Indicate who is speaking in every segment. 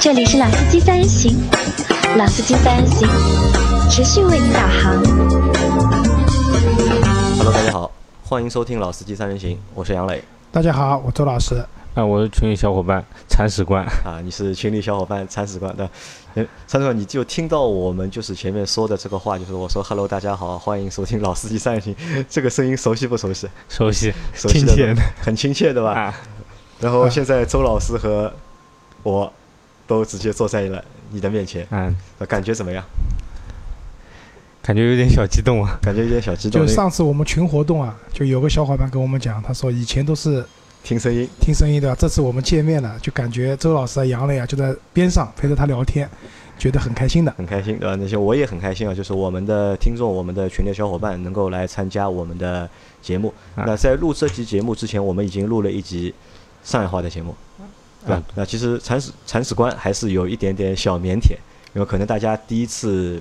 Speaker 1: 这里是老司机三人行，老司机三人行，持续为你导航。
Speaker 2: Hello，大家好，欢迎收听《老司机三人行》，我是杨磊
Speaker 3: 大家好，我周老师。
Speaker 4: 啊，我是群里小伙伴铲屎官，
Speaker 2: 啊，你是群里小伙伴铲屎官对吧？嗯，铲屎官，你就听到我们就是前面说的这个话，就是我说 “Hello，大家好，欢迎收听《老司机三人行》， 这个声音熟悉不熟悉？
Speaker 4: 熟悉
Speaker 2: 熟悉的
Speaker 4: 亲切的
Speaker 2: 很亲切对吧？
Speaker 4: 啊，
Speaker 2: 然后现在周老师和我都直接坐在了你的面前，
Speaker 4: 嗯，
Speaker 2: 呃感觉怎么样？
Speaker 4: 感觉有点小激动啊，
Speaker 2: 感觉有点小激动
Speaker 3: 就，上次我们群活动啊，就有个小伙伴跟我们讲，他说以前都是
Speaker 2: 听声音
Speaker 3: 听声音的，这次我们见面了，就感觉周老师啊、杨磊啊就在边上陪着他聊天，觉得很开心的。
Speaker 2: 很开心对吧？那些我也很开心啊，就是我们的听众、我们的群里的小伙伴能够来参加我们的节目。
Speaker 4: 啊
Speaker 2: 那在录这期节目之前，我们已经录了一集上海话的节目，
Speaker 4: 啊
Speaker 2: 对吧？那其实铲屎铲屎官还是有一点点小腼腆，因为可能大家第一次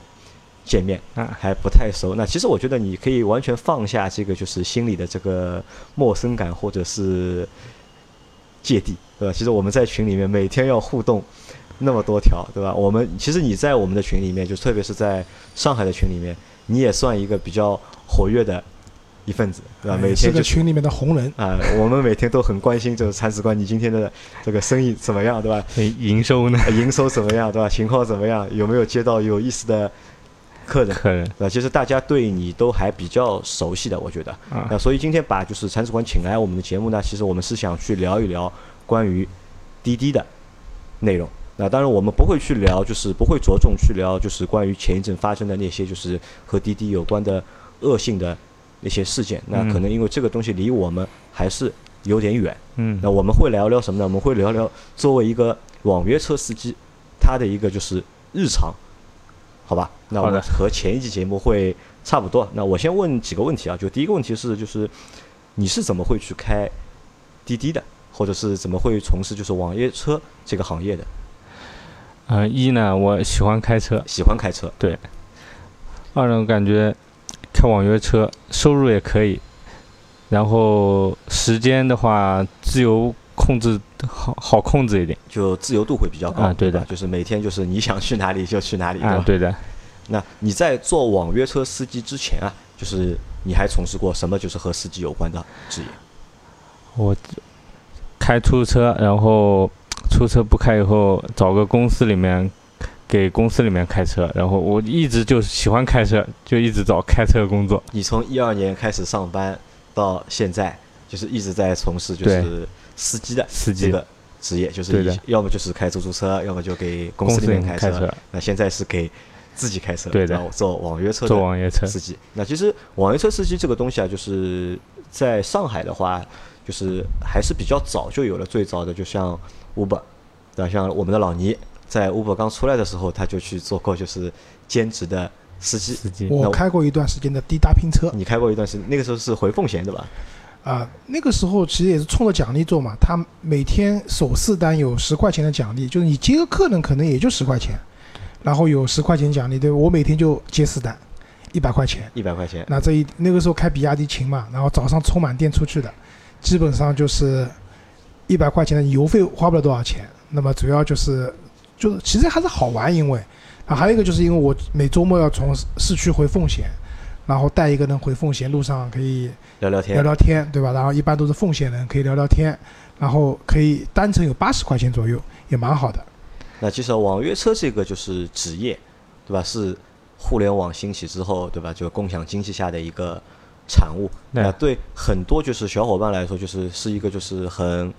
Speaker 2: 见面
Speaker 4: 啊，
Speaker 2: 还不太熟。那其实我觉得你可以完全放下这个就是心里的这个陌生感或者是芥蒂，对吧？其实我们在群里面每天要互动那么多条，对吧？我们其实你在我们的群里面，就特别是在上海的群里面，你也算一个比较活跃的一份子，对吧？
Speaker 3: 哎
Speaker 2: 啊每
Speaker 3: 是
Speaker 2: 天就
Speaker 3: 个
Speaker 2: 是
Speaker 3: 群里面的红人，
Speaker 2: 啊、我们每天都很关心，就是铲屎官你今天的这个生意怎么样，对吧？
Speaker 4: 诶营收呢，
Speaker 2: 呃营收怎么样，对吧？情况怎么样？有没有接到有意思的客人？
Speaker 4: 客人
Speaker 2: 对吧？其实大家对你都还比较熟悉的，我觉得。
Speaker 4: 啊
Speaker 2: 那所以今天把就是铲屎官请来我们的节目呢，其实我们是想去聊一聊关于滴滴的内容。那当然，我们不会去聊，就是不会着重去聊，就是关于前一阵发生的那些就是和滴滴有关的恶性的那些事件。那
Speaker 4: 嗯
Speaker 2: 可能因为这个东西离我们还是有点远。
Speaker 4: 嗯
Speaker 2: 那我们会聊聊什么呢？我们会聊聊作为一个网约车司机，他的一个就是日常，好吧？那我
Speaker 4: 好的
Speaker 2: 们和前一期节目会差不多。那我先问几个问题啊，就第一个问题是，就是你是怎么会去开滴滴的，或者是怎么会从事就是网约车这个行业的？
Speaker 4: 呃，一呢，我喜欢开车，
Speaker 2: 喜欢开车，
Speaker 4: 二呢，我感觉开网约车收入也可以，然后时间的话自由控制好好控制一点
Speaker 2: 就自由度会比较高
Speaker 4: 啊对的
Speaker 2: 吧就是每天就是你想去哪里就去哪里，
Speaker 4: 啊，
Speaker 2: 吧？
Speaker 4: 对的，
Speaker 2: 那你在做网约车司机之前啊，就是你还从事过什么就是和司机有关的职业？
Speaker 4: 我开出租车，然后出租车不开以后，找个公司里面给公司里面开车，然后我一直就喜欢开车，就一直找开车工作。
Speaker 2: 你从一二年开始上班到现在，就是一直在从事就
Speaker 4: 对
Speaker 2: 是司机的
Speaker 4: 司
Speaker 2: 这
Speaker 4: 机
Speaker 2: 个职业，就是
Speaker 4: 对
Speaker 2: 以
Speaker 4: 的
Speaker 2: 要么就是开出租车，要么就给公
Speaker 4: 公
Speaker 2: 司里
Speaker 4: 司里
Speaker 2: 面
Speaker 4: 面
Speaker 2: 开
Speaker 4: 开
Speaker 2: 车
Speaker 4: 车。
Speaker 2: 那现在是给自己开车，
Speaker 4: 对的
Speaker 2: 然后做网约车
Speaker 4: 做
Speaker 2: 的
Speaker 4: 网约车，
Speaker 2: 司机。那其实网约车司机这个东西啊，就是在上海的话，就是还是比较早就有了，最早的就像 Uber，那像我们的老倪在 Uber 刚出来的时候，他就去做过就是兼职的司机。
Speaker 4: 司机
Speaker 2: 那
Speaker 3: 我
Speaker 2: 我
Speaker 3: 开过一段时间的滴答拼车
Speaker 2: 你开过一段时间，那个时候是回奉贤对吧？
Speaker 3: 啊、那个时候其实也是冲着奖励做嘛，他每天首次单有十块钱的奖励，就是你接个客人可能也就十块钱，然后有十块钱奖励，对吧我每天就接四单，一百块钱。
Speaker 2: 一百块钱，
Speaker 3: 那这一那个时候开比亚迪秦嘛，然后早上充满电出去的，基本上就是一百块钱的油费花不了多少钱。那么主要就是就是其实还是好玩，因为啊还有一个就是因为我每周末要从市市区回奉贤，然后带一个人回奉贤，路上可以
Speaker 2: 聊聊天
Speaker 3: 聊，聊天，对吧？然后一般都是奉贤人，可以聊聊天，然后可以单程有八十块钱左右，也蛮好的。
Speaker 2: 那其实网约车这个就是职业，对吧？是互联网兴起之后，对吧？就共享经济下的一个产物。
Speaker 4: 对
Speaker 2: 那对很多就是小伙伴来说，就是是一个就是很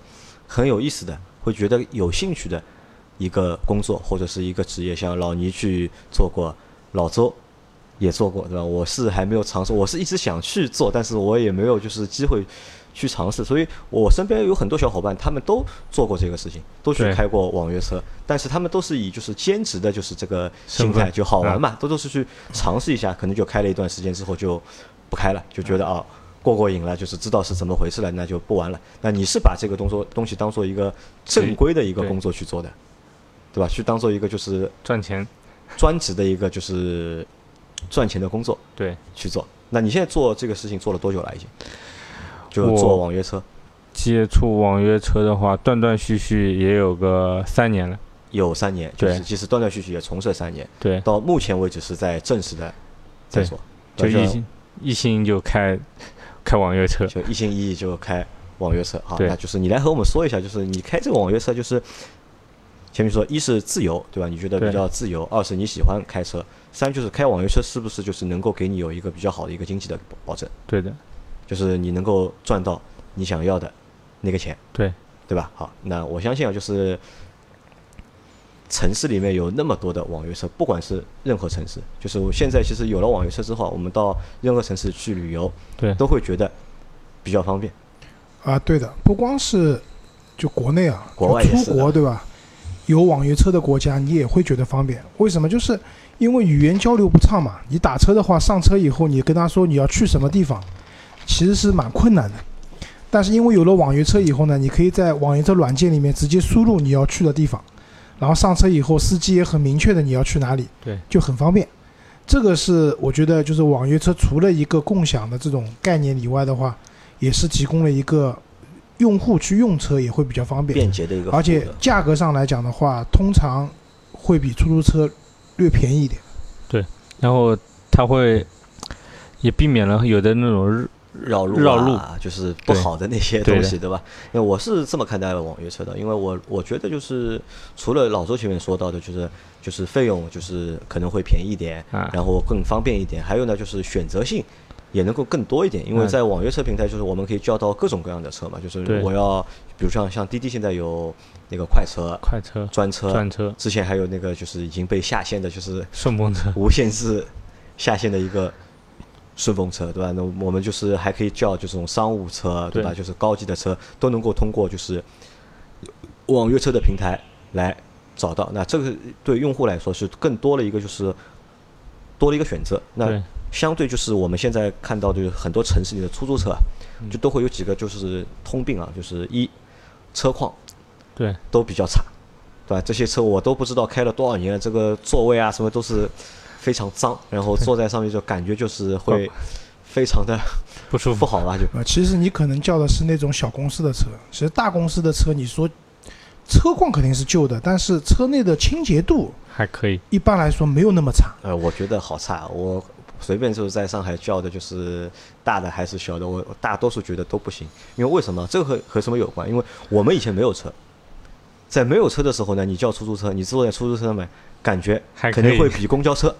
Speaker 2: 很有意思的，会觉得有兴趣的一个工作或者是一个职业。像老倪去做过，老周也做过，对吧？我是还没有尝试，我是一直想去做，但是我也没有就是机会去尝试。所以我身边有很多小伙伴，他们都做过这个事情，都去
Speaker 4: 对
Speaker 2: 开过网约车，但是他们都是以就是兼职的，就是这个心
Speaker 4: 身
Speaker 2: 态
Speaker 4: 份啊
Speaker 2: 就好玩嘛，都都是去尝试一下，可能就开了一段时间之后就不开了，就觉得啊。过过瘾了，就是知道是怎么回事了，那就不玩了。那你是把这个东作东西当做一个正规的一个
Speaker 4: 对
Speaker 2: 工作去做的，对吧？去当做一个就是
Speaker 4: 赚钱，
Speaker 2: 专职的一个就是赚钱的工作
Speaker 4: 对，
Speaker 2: 去做。那你现在做这个事情做了多久了？已经就
Speaker 4: 我
Speaker 2: 做网约车
Speaker 4: 接触网约车的话，断断续续也有个三年了，
Speaker 2: 有三年，就是
Speaker 4: 对
Speaker 2: 其实断断续续也从事了三年，
Speaker 4: 对，
Speaker 2: 到目前为止是在正式的在
Speaker 4: 对
Speaker 2: 做，
Speaker 4: 就
Speaker 2: 就
Speaker 4: 一心一心就开开网约车，
Speaker 2: 就一心一意就开网约车啊。
Speaker 4: 对
Speaker 2: 那就是你来和我们说一下，就是你开这个网约车，就是前面说一是自由，对吧？你觉得比
Speaker 4: 对
Speaker 2: 较自由，二是你喜欢开车，三就是开网约车是不是就是能够给你有一个比较好的一个经济的保保证，
Speaker 4: 对的，
Speaker 2: 就是你能够赚到你想要的那个钱，
Speaker 4: 对
Speaker 2: 对吧？好，那我相信啊，就是。城市里面有那么多的网约车，不管是任何城市，就是我现在其实有了网约车之后，我们到任何城市去旅游，
Speaker 4: 对
Speaker 2: 都会觉得比较方便。
Speaker 3: 啊，对的，不光是就国内啊，
Speaker 2: 国外
Speaker 3: 就
Speaker 2: 也是
Speaker 3: 出国对吧？有网约车的国家，你也会觉得方便。为什么？就是因为语言交流不畅嘛。你打车的话，上车以后，你跟他说你要去什么地方，其实是蛮困难的。但是因为有了网约车以后呢，你可以在网约车软件里面直接输入你要去的地方，然后上车以后，司机也很明确的你要去哪里，
Speaker 4: 对，
Speaker 3: 就很方便。这个是我觉得就是网约车除了一个共享的这种概念以外的话，也是提供了一个用户去用车也会比较方便，
Speaker 2: 便捷的一个服务的，
Speaker 3: 而且价格上来讲的话，通常会比出租车略便宜一点。
Speaker 4: 然后它会也避免了有的那种日
Speaker 2: 绕路、啊、
Speaker 4: 绕路
Speaker 2: 就是不好的那些
Speaker 4: 对
Speaker 2: 东西，对吧？因为我是这么看待网约车的，因为我我觉得就是除了老周前面说到的，就是就是费用就是可能会便宜一点，
Speaker 4: 啊，
Speaker 2: 然后更方便一点，还有呢就是选择性。也能够更多一点，因为
Speaker 4: 嗯
Speaker 2: 在网约车平台，就是我们可以叫到各种各样的车嘛，就是
Speaker 4: 对
Speaker 2: 我要，比如像像滴滴现在有那个快车、
Speaker 4: 快车、
Speaker 2: 专车，
Speaker 4: 专车、
Speaker 2: 之前还有那个就是已经被下线的，就是
Speaker 4: 顺风车，
Speaker 2: 无限制下线的一个顺风车，对吧？那我们就是还可以叫就这种商务车，啊对吧？
Speaker 4: 对
Speaker 2: 就是高级的车都能够通过就是网约车的平台来找到。那这个对用户来说是更多了一个就是多了一个选择。那
Speaker 4: 对
Speaker 2: 相对就是我们现在看到的就是很多城市里的出租车啊，
Speaker 4: 嗯
Speaker 2: 就都会有几个就是通病啊，就是一车况
Speaker 4: 对
Speaker 2: 都比较差，对吧？这些车我都不知道开了多少年了，这个座位啊什么都是非常脏，然后坐在上面就感觉就是会非常的
Speaker 4: 不舒
Speaker 2: 不
Speaker 4: 服，
Speaker 2: 好吧，就
Speaker 3: 呃，其实你可能叫的是那种小公司的车，其实大公司的车，你说车况肯定是旧的，但是车内的清洁度
Speaker 4: 还可以，
Speaker 3: 一般来说没有那么差。
Speaker 2: 呃，我觉得好差，我。随便就是在上海叫的，就是大的还是小的，我我大多数觉得都不行。因为为什么？这个和和什么有关？因为我们以前没有车，在没有车的时候呢，你叫出租车，你坐在出租车上面，感觉
Speaker 4: 还
Speaker 2: 肯
Speaker 4: 可
Speaker 2: 定
Speaker 4: 以
Speaker 2: 会比公交车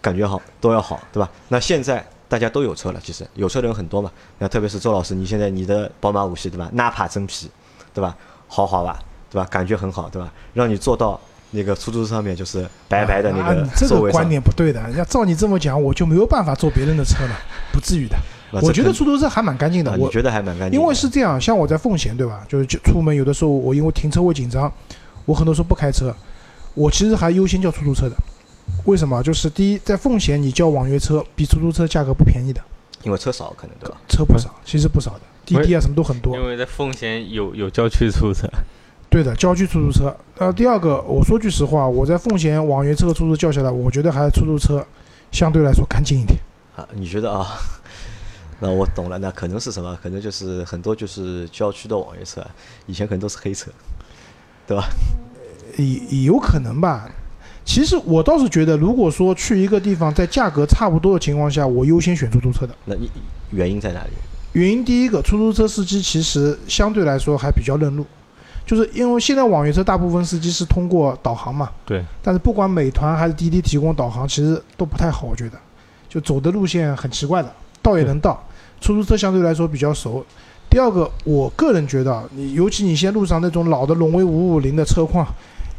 Speaker 2: 感觉好都要好，对吧？那现在大家都有车了，其实有车的人很多嘛。那特别是周老师，你现在你的宝马五系对吧？纳帕真皮，对吧？豪华吧，对吧？感觉很好，对吧？让你坐到那个出租车上面就是白白的那
Speaker 3: 啊
Speaker 2: 个
Speaker 3: 你这
Speaker 2: 座
Speaker 3: 个
Speaker 2: 位上，
Speaker 3: 观点不对的。要照你这么讲，我就没有办法坐别人的车了，不至于的。
Speaker 2: 那这
Speaker 3: 我觉得
Speaker 2: 肯
Speaker 3: 出租车还蛮干净的，
Speaker 2: 啊你
Speaker 3: 我
Speaker 2: 觉得还蛮干净的，
Speaker 3: 因为是这样，像我在奉贤对吧？就是就出门有的时候我因为停车位紧张，我很多时候不开车，我其实还优先叫出租车的。为什么？就是第一，在奉贤你叫网约车比出租车价格不便宜的，
Speaker 2: 因为车少可能对吧？
Speaker 3: 车不少，其实不少的，滴滴啊什么都很多
Speaker 4: 嗯因。为在奉贤有有郊区出租车，
Speaker 3: 对的，郊区出租车。呃，第二个，我说句实话，我在奉贤网约车和出租叫下来，我觉得还是出租车相对来说干净一点。
Speaker 2: 啊，你觉得啊？ 那我懂了，那可能是什么？可能就是很多就是郊区的网约车，啊以前可能都是黑车，对吧？
Speaker 3: 也也有可能吧。其实我倒是觉得，如果说去一个地方，在价格差不多的情况下，我优先选出租车的。
Speaker 2: 那你原因在哪里？
Speaker 3: 原因第一个，出租车司机其实相对来说还比较认路，就是因为现在网约车大部分司机是通过导航嘛，
Speaker 4: 对
Speaker 3: 但是不管美团还是滴滴提供导航，其实都不太好，我觉得，就走的路线很奇怪的，到也能到。出租车相对来说比较熟。第二个，我个人觉得啊，你尤其你现在路上那种老的荣威五五零的车况，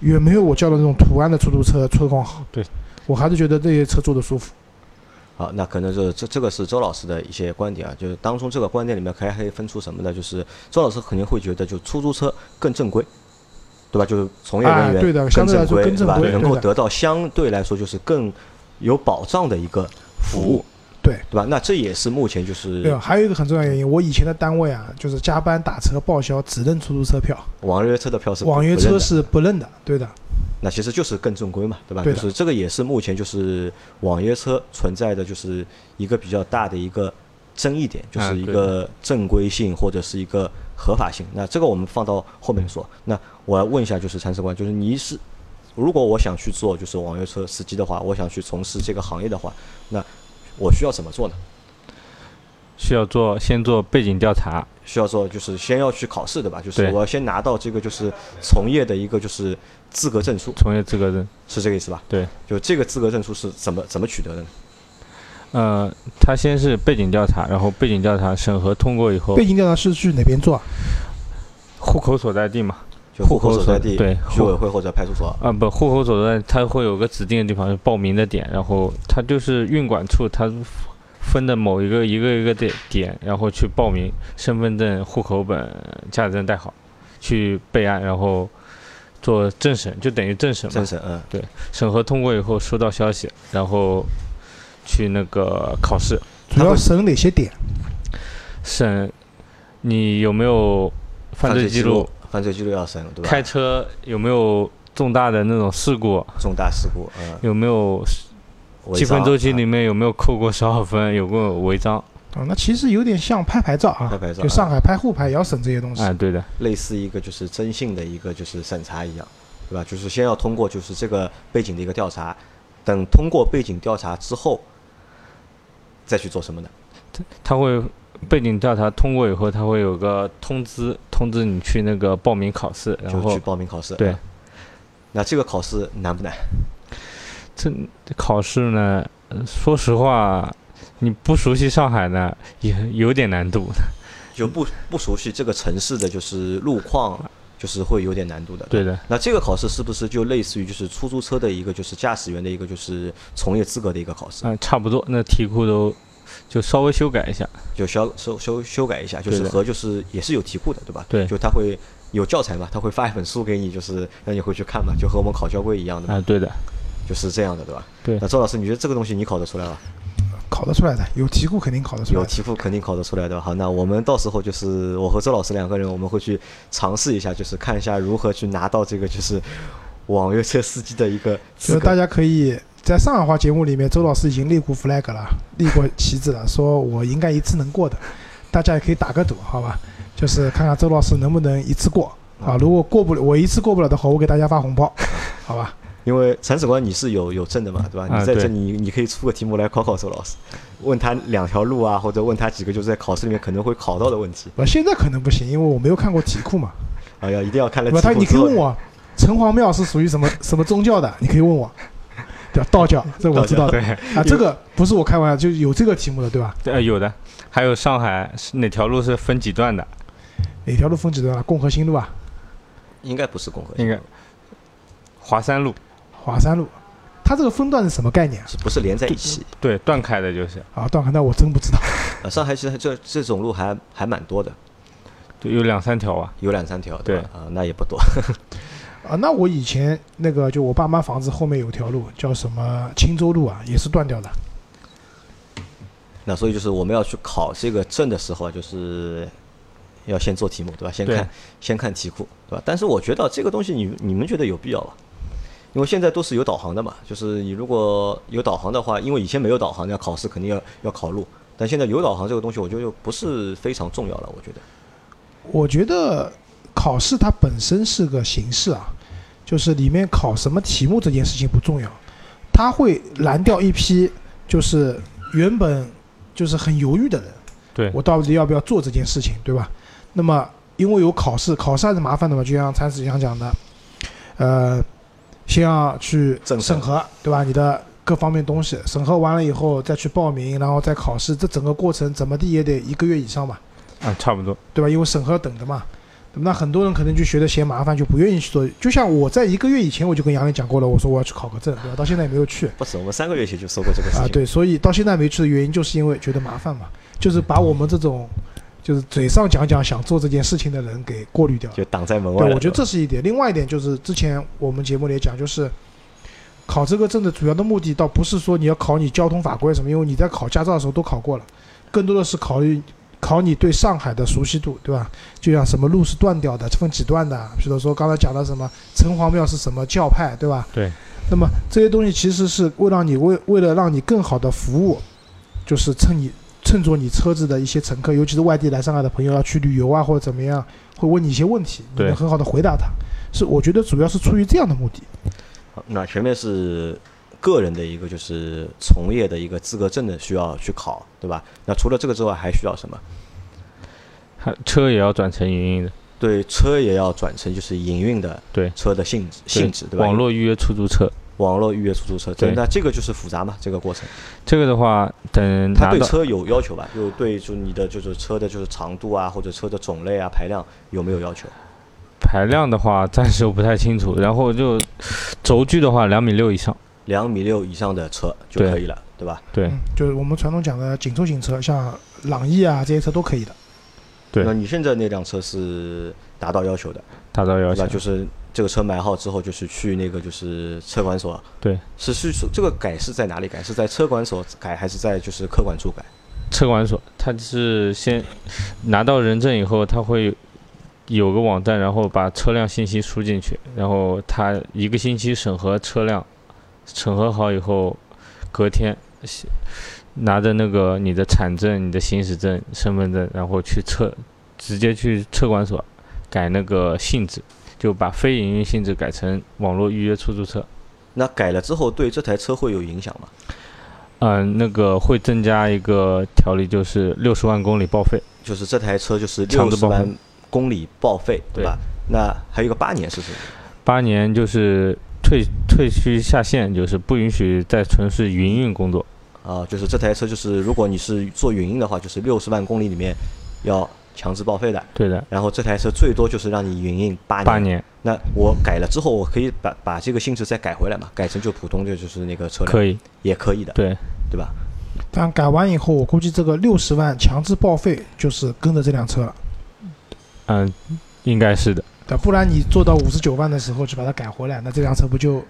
Speaker 3: 远没有我叫的那种途安的出租车车况好。
Speaker 4: 对，
Speaker 3: 我还是觉得这些车坐的舒服。
Speaker 2: 好，那可能就是这这个是周老师的一些观点啊，就是当中这个观点里面可以还可以分出什么呢？就是周老师肯定会觉得，就出租车更正规，对吧？就是从业人
Speaker 3: 哎
Speaker 2: 员
Speaker 3: 对的相对来
Speaker 2: 正
Speaker 3: 说
Speaker 2: 规，
Speaker 3: 更正
Speaker 2: 吧？
Speaker 3: 规
Speaker 2: 能
Speaker 3: 对
Speaker 2: 够
Speaker 3: 的
Speaker 2: 得到相对来说就是更有保障的一个服务，
Speaker 3: 对
Speaker 2: 对吧？那这也是目前就是
Speaker 3: 对啊吧？还有一个很重要原因，我以前的单位啊，就是加班打车报销只认出租车票，
Speaker 2: 网约车的票哦是不
Speaker 3: 网约
Speaker 2: 不认
Speaker 3: 车
Speaker 2: 的
Speaker 3: 是不认的。对的，
Speaker 2: 那其实就是更正规嘛，对吧？
Speaker 3: 对
Speaker 2: 就
Speaker 3: 的
Speaker 2: 是这个也是目前就是网约车存在的就是一个比较大的一个争议点，就是一
Speaker 4: 啊对的
Speaker 2: 个正规性或者是一个合法性。那这个我们放到后面说。那我要问一下，就是禅师官，就是你是如果我想去做就是网约车司机的话，我想去从事这个行业的话，那我需要怎么做呢？
Speaker 4: 需要做先做背景调查，
Speaker 2: 需要做就是先要去考试，对吧？就是
Speaker 4: 对
Speaker 2: 我要先拿到这个就是从业的一个就是资格证书，
Speaker 4: 从业资格证。
Speaker 2: 是这个意思吧？
Speaker 4: 对，
Speaker 2: 就这个资格证书是怎么怎么取得的呢？
Speaker 4: 呃，他先是背景调查，然后背景调查审核通过以后
Speaker 3: 背，景调查是去哪边做啊？
Speaker 4: 户口所在地嘛，
Speaker 2: 就户口
Speaker 4: 户口
Speaker 2: 所在地、
Speaker 4: 对
Speaker 2: 居委会或者派出所。
Speaker 4: 啊不，户口所在它会有个指定的地方是报名的点，然后它就是运管处它分的某一个一个一个的点，然后去报名，身份证、户口本、驾驶证带好，去备案，然后做政审，就等于政审嘛
Speaker 2: 政。审，嗯，
Speaker 4: 审核通过以后收到消息，然后去那个考试
Speaker 3: 主要审哪些点？
Speaker 4: 审你有没有犯罪记
Speaker 2: 记
Speaker 4: 录，，
Speaker 2: 犯罪记录要审，对吧？
Speaker 4: 开车有没有重大的那种事故，
Speaker 2: 重大事故，嗯，
Speaker 4: 有没有
Speaker 2: 违
Speaker 4: 积分
Speaker 2: 章
Speaker 4: 周期
Speaker 2: 嗯
Speaker 4: 里面有没有扣过少少分，有过违章？
Speaker 3: 啊，那其实有点像拍牌照啊，
Speaker 2: 拍牌照
Speaker 3: 就上海拍沪牌也要审这些东西。
Speaker 4: 哎，对的，
Speaker 2: 类似一个就是征信的一个就是审查一样，对吧？就是先要通过就是这个背景的一个调查，等通过背景调查之后，再去做什么呢？
Speaker 4: 他会背景调查通过以后，他会有个通知，通知你去那个报名考试，然
Speaker 2: 就
Speaker 4: 后
Speaker 2: 去报名考试。
Speaker 4: 对
Speaker 2: 嗯，那这个考试难不难？
Speaker 4: 这这考试呢，呃说实话，你不熟悉上海呢，也有点难度。
Speaker 2: 就不不熟悉这个城市的就是路况，就是会有点难度的。
Speaker 4: 对的，
Speaker 2: 那这个考试是不是就类似于就是出租车的一个就是驾驶员的一个就是从业资格的一个考试？
Speaker 4: 嗯，差不多，那题库都就稍微修改一下。
Speaker 2: 就修修修修改一下，就是
Speaker 4: 对的
Speaker 2: 和就是也是有题库的，对吧？
Speaker 4: 对
Speaker 2: 就他会有教材嘛，他会发一本书给你，就是让你回去看嘛，就和我们考交规一样的嘛，
Speaker 4: 啊，对的，
Speaker 2: 就是这样的，对吧？
Speaker 4: 对
Speaker 2: 那周老师，你觉得这个东西你考得出来吗？
Speaker 3: 考得出来的，有题库肯定考得出来
Speaker 2: 有
Speaker 3: 的。
Speaker 2: 题库肯定考得出来的。好，那我们到时候就是我和周老师两个人，我们会去尝试一下，就是看一下如何去拿到这个就是网约车司机的一个
Speaker 3: 就
Speaker 2: 资
Speaker 3: 是大
Speaker 2: 格。
Speaker 3: 家可以在上海话节目里面，周老师已经立过 flag 了，立过旗帜了，说我应该一次能过的。大家也可以打个赌，好吧？就是看看周老师能不能一次过
Speaker 2: 嗯
Speaker 3: 啊。如果过不了，我一次过不了的话，我给大家发红包，好吧？
Speaker 2: 因为铲屎官你是有有证的嘛，对吧？
Speaker 4: 啊
Speaker 2: 你在这
Speaker 4: 对
Speaker 2: 里你你可以出个题目来考考周老师，问他两条路啊，或者问他几个就是在考试里面可能会考到的问题。
Speaker 3: 我现在可能不行，因为我没有看过题库嘛。
Speaker 2: 啊，要一定要看了
Speaker 3: 不，
Speaker 2: 题
Speaker 3: 他
Speaker 2: 目
Speaker 3: 你可
Speaker 2: 之
Speaker 3: 以
Speaker 2: 后
Speaker 3: 问，我，城隍庙是属于什么什么宗教的？你可以问我，对吧？道教，这我知道的
Speaker 4: 对，
Speaker 3: 啊。这个不是我开玩笑，就有这个题目的，对吧？
Speaker 4: 呃，有的，还有上海是哪条路是分几段的？
Speaker 3: 哪条路分几段啊？共和新路啊，
Speaker 2: 应该不是共和，
Speaker 4: 应该华山路，
Speaker 3: 华山路。它这个分段是什么概念啊？
Speaker 2: 是不是连在一起？
Speaker 4: 对，断开的就是，
Speaker 3: 啊，段可那我真不知道。
Speaker 2: 呃，上海其实这这种路还还蛮多的，
Speaker 4: 就有两三条吧。
Speaker 2: 有两三条，吧？啊、那也不多。
Speaker 3: 啊，那我以前那个就我爸妈房子后面有条路叫什么青州路啊，也是断掉的。
Speaker 2: 那所以就是我们要去考这个证的时候啊，就是要先做题目，对吧？先看
Speaker 4: 对
Speaker 2: 先看题库，对吧？但是我觉得这个东西你你们觉得有必要吧？因为现在都是有导航的嘛，就是你如果有导航的话，因为以前没有导航，那考试肯定要要考路，但现在有导航这个东西，我觉得就不是非常重要了。我觉得，
Speaker 3: 我觉得考试它本身是个形式啊，就是里面考什么题目这件事情不重要，它会拦掉一批就是原本就是很犹豫的人，
Speaker 4: 对
Speaker 3: 我到底要不要做这件事情，对吧？那么因为有考试，考试还是麻烦的嘛，就像参事长讲的，呃，先要去
Speaker 2: 政策
Speaker 3: 审核，对吧？你的各方面东西审核完了以后再去报名，然后再考试，这整个过程怎么地也得一个月以上吧。
Speaker 4: 啊，差不多。
Speaker 3: 对吧？因为审核等的嘛。那很多人可能就觉得嫌麻烦，就不愿意去做。就像我在一个月以前我就跟杨磊讲过了，我说我要去考个证，对吧？到现在也没有去
Speaker 2: 不是我们三个月前就说过这个事情，
Speaker 3: 啊。对，所以到现在没去的原因就是因为觉得麻烦嘛，就是把我们这种就是嘴上讲讲想做这件事情的人给过滤掉了。
Speaker 2: 就挡在门外
Speaker 3: 对，
Speaker 2: 了。
Speaker 3: 我觉得
Speaker 2: 对吧
Speaker 3: 这是一点。另外一点就是之前我们节目里也讲，就是考这个证的主要的目的，倒不是说你要考你交通法规什么，因为你在考驾照的时候都考过了，更多的是考虑考你对上海的熟悉度，对吧？就像什么路是断掉的，分几段的，比如说刚才讲的什么城隍庙是什么教派，对吧？
Speaker 4: 对。
Speaker 3: 那么这些东西其实是为了让你为为了让你更好的服务，就是趁你趁着你车子的一些乘客，尤其是外地来上海的朋友要去旅游啊或者怎么样，会问你一些问题，你
Speaker 4: 对
Speaker 3: 能很好的回答他。是我觉得主要是出于这样的目的。
Speaker 2: 好那前面是个人的一个就是从业的一个资格证的需要去考，对吧？那除了这个之外，还需要什么？
Speaker 4: 还车也要转成云运的，
Speaker 2: 对，车也要转成就是营运的
Speaker 4: 对
Speaker 2: 车的性质性质，对吧？
Speaker 4: 网络预约出租车，
Speaker 2: 网络预约出租车，对
Speaker 4: 对
Speaker 2: 那这个就是复杂嘛，这个过程。
Speaker 4: 这个的话，等
Speaker 2: 它
Speaker 4: 拿
Speaker 2: 对
Speaker 4: 到
Speaker 2: 车有要求吧？就对，就你的就是车的就是长度啊，或者车的种类啊、排量有没有要求？
Speaker 4: 排量的话，暂时我不太清楚。然后就轴距的话，两米六以上，
Speaker 2: 两米六以上的车就
Speaker 4: 对
Speaker 2: 可以了，对吧？
Speaker 4: 对
Speaker 3: 嗯，就是我们传统讲的紧凑型车，像朗逸啊这些车都可以的。
Speaker 4: 对
Speaker 2: 那你现在那辆车是达到要求的，
Speaker 4: 达到要
Speaker 2: 对吧？
Speaker 4: 求。
Speaker 2: 就是这个车买好之后，就是去那个就是车管所，
Speaker 4: 对，
Speaker 2: 是是这个改是在哪里改？是在车管所改，还是在就是客管处改？
Speaker 4: 车管所，它是先拿到人证以后，它会有个网站，然后把车辆信息输进去，然后它一个星期审核车辆，审核好以后，隔天西拿着那个你的产证、你的行驶证、身份证，然后去车直接去车管所改那个性质，就把非营运性质改成网络预约出租车。
Speaker 2: 那改了之后，对这台车会有影响吗？
Speaker 4: 嗯，那个会增加一个条例，就是六十万公里报废。
Speaker 2: 就是这台车就是
Speaker 4: 强
Speaker 2: 六
Speaker 4: 制
Speaker 2: 十
Speaker 4: 报废
Speaker 2: 万公里报废，对吧？那还有一个八年是什么？
Speaker 4: 八年就是退退区下线，就是不允许再从事营运工作。
Speaker 2: 啊，就是这台车就是如果你是做运营的话，就是六十万公里里面要强制报废的。
Speaker 4: 对的，
Speaker 2: 然后这台车最多就是让你运营八年。
Speaker 4: 八。年
Speaker 2: 那我改了之后，我可以把把这个性质再改回来嘛？改成就普通的就是那个车辆
Speaker 4: 可以。
Speaker 2: 也可以的，
Speaker 4: 对
Speaker 2: 对吧？
Speaker 3: 但改完以后，我估计这个六十万强制报废就是跟着这辆车了，
Speaker 4: 嗯，应该是的。
Speaker 3: 对吧，不然你做到五十九万的时候去把它改回来，那这辆车不就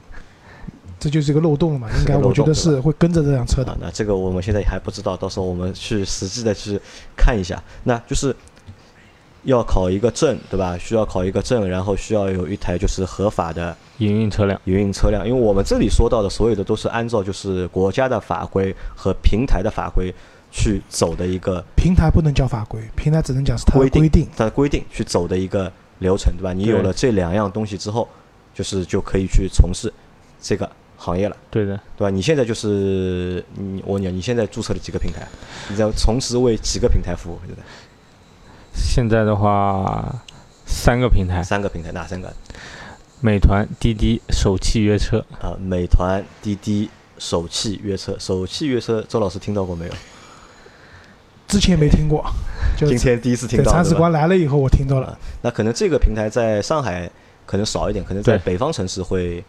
Speaker 3: 这就是一个漏洞了嘛？应
Speaker 2: 个
Speaker 3: 该
Speaker 2: 漏洞
Speaker 3: 我觉得是会跟着这辆车的
Speaker 2: 啊。，那这个我们现在还不知道，到时候我们去实际的去看一下。那就是要考一个证，对吧？需要考一个证，然后需要有一台就是合法的
Speaker 4: 营运车辆
Speaker 2: 营运车辆，因为我们这里说到的所有的都是按照就是国家的法规和平台的法规去走的一个
Speaker 3: 平台不能叫法规，平台只能讲是它的
Speaker 2: 规
Speaker 3: 规定。
Speaker 2: 它的规定去走的一个流程，对吧？你有
Speaker 4: 对
Speaker 2: 了这两样东西之后，就是就可以去从事这个行业了，
Speaker 4: 对的，
Speaker 2: 对吧？你现在就是你我你你现在注册了几个平台？啊你在同时为几个平台服务？现在
Speaker 4: 现在的话，三个平台：
Speaker 2: 三个平台，哪三个？
Speaker 4: 美团、滴滴、首汽约车。
Speaker 2: 啊，美团、滴滴、首汽约车。首汽约车，周老师听到过没有？
Speaker 3: 之前没听过，就
Speaker 2: 今天第一次听
Speaker 3: 在
Speaker 2: 到，
Speaker 3: 铲
Speaker 2: 对
Speaker 3: 屎
Speaker 2: 吧
Speaker 3: 官来了以后，我听到了。
Speaker 2: 那可能这个平台在上海可能少一点，可能在
Speaker 4: 对
Speaker 2: 北方城市会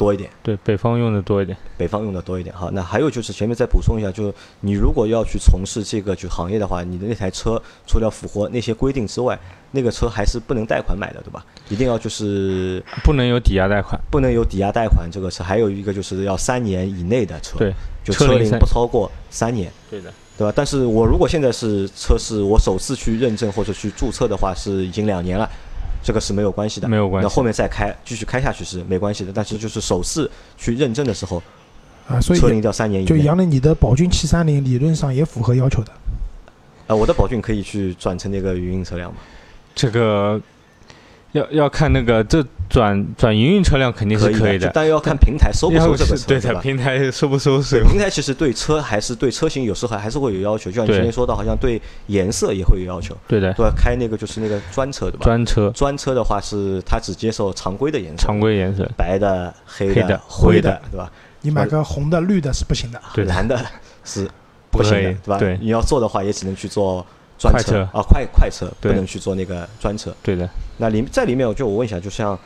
Speaker 2: 多一点，
Speaker 4: 对，北方用的多一点。
Speaker 2: 北方用的多一点。好，那还有就是前面再补充一下，就是你如果要去从事这个就行业的话，你的那台车除了符合那些规定之外，那个车还是不能贷款买的，对吧？一定要就是
Speaker 4: 不能有抵押贷款。
Speaker 2: 不能有抵押贷款这个车，还有一个就是要三年以内的车，
Speaker 4: 对，
Speaker 2: 就
Speaker 4: 车
Speaker 2: 车
Speaker 4: 龄
Speaker 2: 龄
Speaker 4: 三
Speaker 2: 不超过三年。
Speaker 4: 对的，
Speaker 2: 对吧？但是我如果现在是车是我首次去认证或者去注册的话，是已经两年了，这个是没有关系的，
Speaker 4: 没有关系
Speaker 2: 那后面再开继续开下去是没关系的，但是就是首次去认证的时候，
Speaker 3: 啊，所以
Speaker 2: 车龄要三年以
Speaker 3: 就
Speaker 2: 内。
Speaker 3: 杨磊，你的宝骏七三零理论上也符合要求的。
Speaker 2: 呃，我的宝骏可以去转成那个云运车辆嘛？
Speaker 4: 这个要要看那个这转转营运车辆肯定是
Speaker 2: 可
Speaker 4: 以
Speaker 2: 就但要看平台收不收
Speaker 4: 要
Speaker 2: 这
Speaker 4: 是
Speaker 2: 个车，
Speaker 4: 对
Speaker 2: 对
Speaker 4: 的
Speaker 2: 吧？
Speaker 4: 平台收不收
Speaker 2: 对
Speaker 4: 税？
Speaker 2: 平台其实对车还是对车型有时候还是会有要求，就像你
Speaker 4: 对
Speaker 2: 前面说到，好像对颜色也会有要求，
Speaker 4: 对的，
Speaker 2: 对吧？开那个就是那个专车，对吧？
Speaker 4: 专车
Speaker 2: 专车的话是它只接受常规的颜色，
Speaker 4: 常规颜色，
Speaker 2: 白的、黑
Speaker 4: 黑的
Speaker 2: 灰
Speaker 4: 灰
Speaker 2: 的
Speaker 4: 的，
Speaker 2: 对吧？
Speaker 3: 你买个红的、绿的是不行的。
Speaker 4: 对的
Speaker 2: 蓝的是不行
Speaker 4: 可
Speaker 2: 的
Speaker 4: 以，
Speaker 2: 吧？
Speaker 4: 对
Speaker 2: 你要做的话，也只能去做专
Speaker 4: 快车
Speaker 2: 啊，快快车，不
Speaker 4: 对
Speaker 2: 能去做那个专车。
Speaker 4: 对的，
Speaker 2: 那里在里面，我就我问一下，就像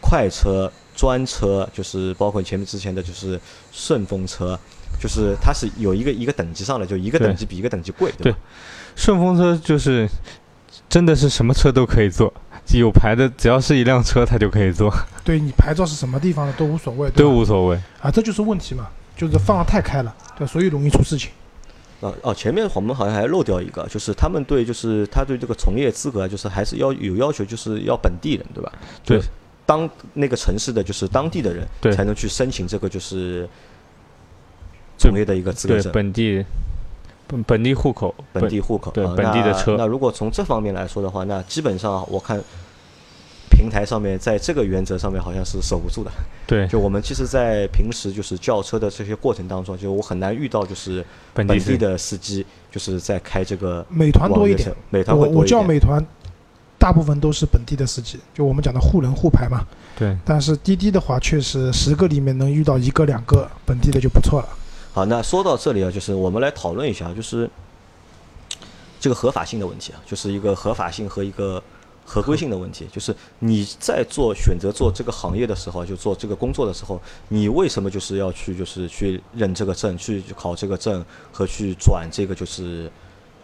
Speaker 2: 快车、专车，就是包括前面之前的就是顺风车，就是它是有一个一个等级上来，就一个
Speaker 4: 对
Speaker 2: 等级比一个等级贵，对吧？
Speaker 4: 顺风车就是真的是什么车都可以坐，有牌的只要是一辆车它就可以 坐，
Speaker 3: 对你牌照是什么地方的都无所谓，对
Speaker 4: 都
Speaker 3: 吧？
Speaker 4: 无所谓。
Speaker 3: 啊，这就是问题嘛，就是放得太开了，对，所以容易出事情。
Speaker 2: 啊哦，前面我们好像还漏掉一个，就是他们对就是他对这个从业资格，啊就是还是要有要求，就是要本地人，对吧？
Speaker 4: 对
Speaker 2: 就是当那个城市的就是当地的人，
Speaker 4: 对
Speaker 2: 才能去申请这个就是
Speaker 4: 对
Speaker 2: 从业的一个资格
Speaker 4: 对
Speaker 2: 证，
Speaker 4: 本地本本地户口，
Speaker 2: 本地户口，
Speaker 4: 对
Speaker 2: 啊
Speaker 4: 本地的车
Speaker 2: 那。那如果从这方面来说的话，那基本上我看。平台上面，在这个原则上面好像是守不住的。
Speaker 4: 对，
Speaker 2: 就我们其实，在平时就是叫车的这些过程当中，就我很难遇到就是
Speaker 4: 本
Speaker 2: 本
Speaker 4: 地司
Speaker 2: 地的司机，就是在开这个
Speaker 3: 美团多一点
Speaker 2: 网约车，美团
Speaker 3: 我
Speaker 2: 会多
Speaker 3: 我
Speaker 2: 一
Speaker 3: 叫
Speaker 2: 点。
Speaker 3: 美团，大部分都是本地的司机，就我们讲的沪人沪牌嘛。
Speaker 4: 对，
Speaker 3: 但是滴滴的话，确实十个里面能遇到一个两个本地的就不错了。
Speaker 2: 好，那说到这里啊，就是我们来讨论一下，就是这个合法性的问题啊，就是一个合法性和一个合规性的问题。就是你在做选择做这个行业的时候，就做这个工作的时候，你为什么就是要去就是去认这个证、去考这个证和去转这个就是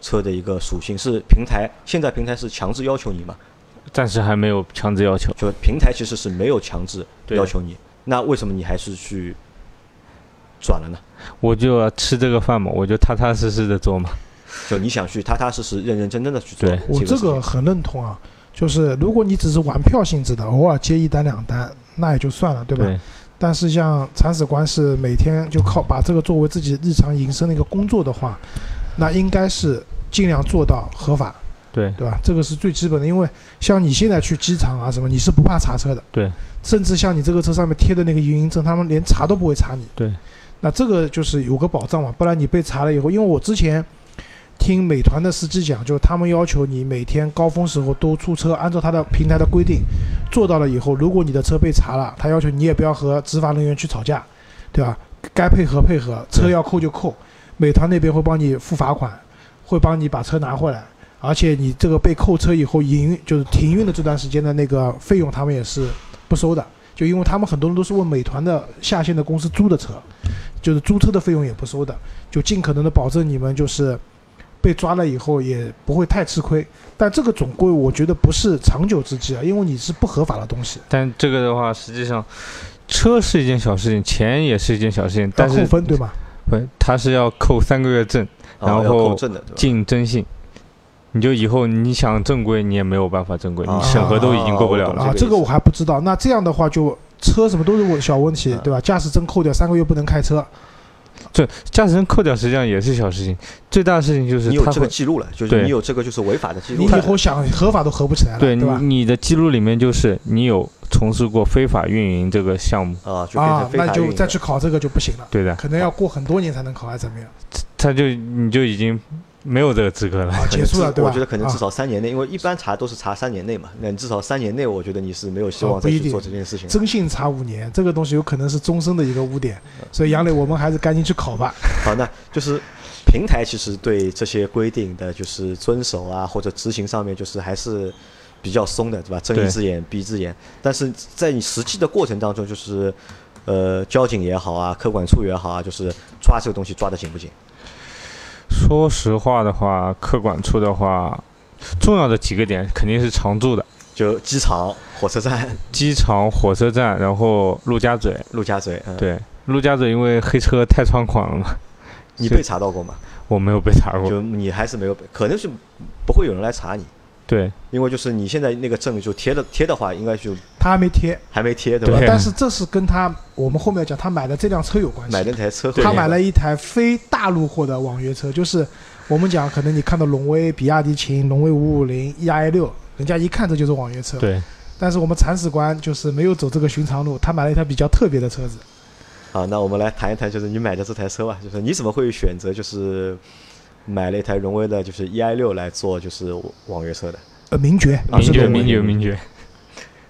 Speaker 2: 车的一个属性？是平台现在平台是强制要求你嘛？
Speaker 4: 暂时还没有强制要求。
Speaker 2: 就平台其实是没有强制
Speaker 4: 对
Speaker 2: 要求你，那为什么你还是去转了呢？
Speaker 4: 我就要吃这个饭嘛，我就踏踏实实的做嘛。
Speaker 2: 就你想去踏踏实实、认认真真的去做
Speaker 4: 对
Speaker 3: 我
Speaker 2: 嗯这
Speaker 3: 这
Speaker 2: 个
Speaker 3: 个
Speaker 2: 事情
Speaker 3: 很认同啊，就是如果你只是玩票性质的，偶尔接一单两单，那也就算了，对吧？
Speaker 4: 对
Speaker 3: 但是像铲屎官是每天就靠把这个作为自己日常营生的一个工作的话，那应该是尽量做到合法，
Speaker 4: 对
Speaker 3: 对吧？这个是最基本的，因为像你现在去机场啊什么，你是不怕查车的，
Speaker 4: 对，
Speaker 3: 甚至像你这个车上面贴的那个营运证，他们连查都不会查你，
Speaker 4: 对，
Speaker 3: 那这个就是有个保障嘛，不然你被查了以后，因为我之前。听美团的司机讲，就是他们要求你每天高峰时候都出车，按照他的平台的规定，做到了以后，如果你的车被查了，他要求你也不要和执法人员去吵架，对吧？该配合配合，车
Speaker 4: 对
Speaker 3: 要扣就扣，美团那边会帮你付罚款，会帮你把车拿回来，而且你这个被扣车以后，营运就是停运的这段时间的那个费用，他们也是不收的，就因为他们很多人都是问美团的下线的公司租的车，就是租车的费用也不收的，就尽可能的保证你们就是被抓了以后也不会太吃亏。但这个总归我觉得不是长久之计啊，因为你是不合法的东西，
Speaker 4: 但这个的话，实际上车是一件小事情，钱也是一件小事情，
Speaker 3: 要
Speaker 4: 但
Speaker 3: 扣
Speaker 4: 是
Speaker 3: 分对吗？
Speaker 4: 不，他是要扣三个月证，
Speaker 2: 然后要
Speaker 4: 然后
Speaker 2: 扣证的，对吧？
Speaker 4: 竞争性。你就以后你想正规，你也没有办法正规，
Speaker 2: 啊
Speaker 4: 你审核都已经过不了
Speaker 2: 我
Speaker 4: 了。
Speaker 2: 懂
Speaker 3: 啊，
Speaker 2: 这
Speaker 3: 这
Speaker 2: 个
Speaker 3: 个
Speaker 2: 意思
Speaker 3: 我还不知道。那这样的话，就车什么都是问小问题
Speaker 2: 嗯，
Speaker 3: 对吧？驾驶证扣掉，三个月不能开车。
Speaker 4: 这驾驶证扣掉实际上也是小事情，最大的事情就是
Speaker 2: 你有
Speaker 4: 他
Speaker 2: 这个
Speaker 4: 会
Speaker 2: 记录了，就是你
Speaker 4: 对
Speaker 2: 有这个就是违法的记
Speaker 3: 你
Speaker 2: 录
Speaker 3: 以
Speaker 2: 了。
Speaker 3: 后想合法都合不起来
Speaker 2: 啊
Speaker 3: 了，
Speaker 4: 对
Speaker 3: 对吧？
Speaker 4: 你你的记录里面就是你有从事过非法运营这个项目，
Speaker 2: 啊，就变
Speaker 3: 啊
Speaker 2: 成，非
Speaker 3: 那
Speaker 2: 法运
Speaker 3: 就
Speaker 2: 营
Speaker 3: 再
Speaker 2: 了。
Speaker 3: 去考这个就 不行了，
Speaker 4: 对的，
Speaker 3: 可能要过很多年才能考，还是怎么样？
Speaker 2: 啊
Speaker 4: 他就你就已经没有这个资格了。
Speaker 3: 啊，
Speaker 2: 可
Speaker 3: 结
Speaker 2: 能
Speaker 3: 束了，
Speaker 2: 至
Speaker 3: 对吧？
Speaker 2: 我觉得可能
Speaker 3: 啊
Speaker 2: 至少三年内，因为一般查都是查三年内嘛。那你至少三年内，我觉得你是没有希
Speaker 3: 哦
Speaker 2: 望再
Speaker 3: 不一
Speaker 2: 去做这
Speaker 3: 定
Speaker 2: 件事情的。
Speaker 3: 征信查五年，这个东西有可能是终身的一个污点，所以杨磊，我们还是赶紧去 考吧。
Speaker 2: 好，那就是平台其实对这些规定的就是遵守啊，或者执行上面就是还是比较松的，对吧？睁一
Speaker 4: 对
Speaker 2: 只眼闭一只眼。但是在你实际的过程当中，就是呃，交警也好啊，科管处也好啊，就是抓这个东西抓的紧不紧？
Speaker 4: 说实话的话，客管处的话，重要的几个点肯定是常驻的，
Speaker 2: 就机场、火车站、
Speaker 4: 机场、火车站，然后陆家嘴。
Speaker 2: 陆家嘴，嗯，
Speaker 4: 对，陆家嘴因为黑车太猖狂了嘛，
Speaker 2: 你
Speaker 4: 是
Speaker 2: 被查到过吗？
Speaker 4: 我没有被查过。
Speaker 2: 就你还是没有被，可能是不会有人来查你，
Speaker 4: 对，
Speaker 2: 因为就是你现在那个证就贴了贴的话，应该就
Speaker 3: 他还没贴，
Speaker 2: 还没贴，对吧？
Speaker 4: 对
Speaker 3: 但是这是跟他我们后面讲他买的这辆车有关系
Speaker 2: 买。那台车，
Speaker 3: 他买了一台非大陆货的网约车，就是我们讲，可能你看到荣威、比亚迪秦、荣威五五零、E i 六，人家一看这就是网约车。
Speaker 4: 对，
Speaker 3: 但是我们铲屎官就是没有走这个寻常路，他买了一台比较特别的车子。
Speaker 2: 好，那我们来谈一谈，就是你买的这台车吧，就是你怎么会选择就是买了一台荣威的，就是 E i 六来做就是网约车的
Speaker 3: 呃，名爵，
Speaker 2: 啊
Speaker 3: 不
Speaker 4: 名
Speaker 3: 是
Speaker 2: 这
Speaker 4: 爵，
Speaker 2: 个
Speaker 3: 荣
Speaker 2: 我
Speaker 3: 威，
Speaker 4: 名爵，名爵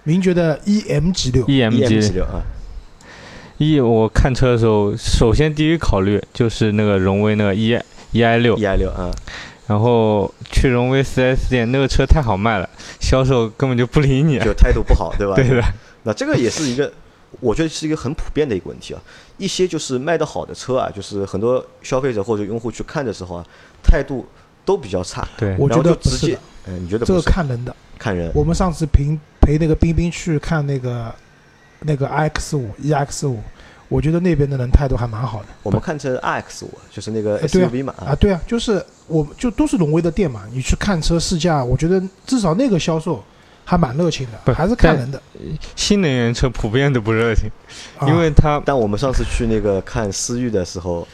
Speaker 3: 名爵的 EM G E
Speaker 4: E
Speaker 3: 六。
Speaker 2: EM
Speaker 4: ，EMG
Speaker 2: 七六啊，
Speaker 4: E，我看车的时候，首先第一考虑就是那个荣威那个 E E I 六
Speaker 2: E，i 六 啊，
Speaker 4: 然后去荣威 4S 店，那个车太好卖了，销售根本就不理你。
Speaker 2: 就态度不好，对吧？
Speaker 4: 对的，
Speaker 2: 那这个也是一个，我觉得是一个很普遍的一个问题啊。一些就是卖得好的车啊，就是很多消费者或者用户去看的时候啊，态度都比较差，
Speaker 4: 对，
Speaker 3: 我
Speaker 2: 然
Speaker 3: 觉
Speaker 2: 后就
Speaker 3: 得不
Speaker 2: 直
Speaker 3: 是
Speaker 2: 接
Speaker 3: 的，，
Speaker 2: 嗯，你觉得
Speaker 3: 这
Speaker 2: 不
Speaker 3: 个
Speaker 2: 是？
Speaker 3: 看人的。
Speaker 2: 看人，
Speaker 3: 我们上次陪陪那个冰冰去看那个那个 iX 五 EX 五，我觉得那边的人态度还蛮好的。
Speaker 2: 我们看成 RX 五，就是那个
Speaker 3: 呃对啊
Speaker 2: SUV 嘛啊
Speaker 3: 啊，对啊，就是我就都是荣威的店嘛，你去看车试驾，我觉得至少那个销售还蛮热情
Speaker 4: 不
Speaker 3: 的，还是看
Speaker 4: 但
Speaker 3: 人的，
Speaker 4: 新能源车普遍都不热情，
Speaker 3: 啊
Speaker 4: 因为它
Speaker 2: 但我们上次去那个看思域的时候，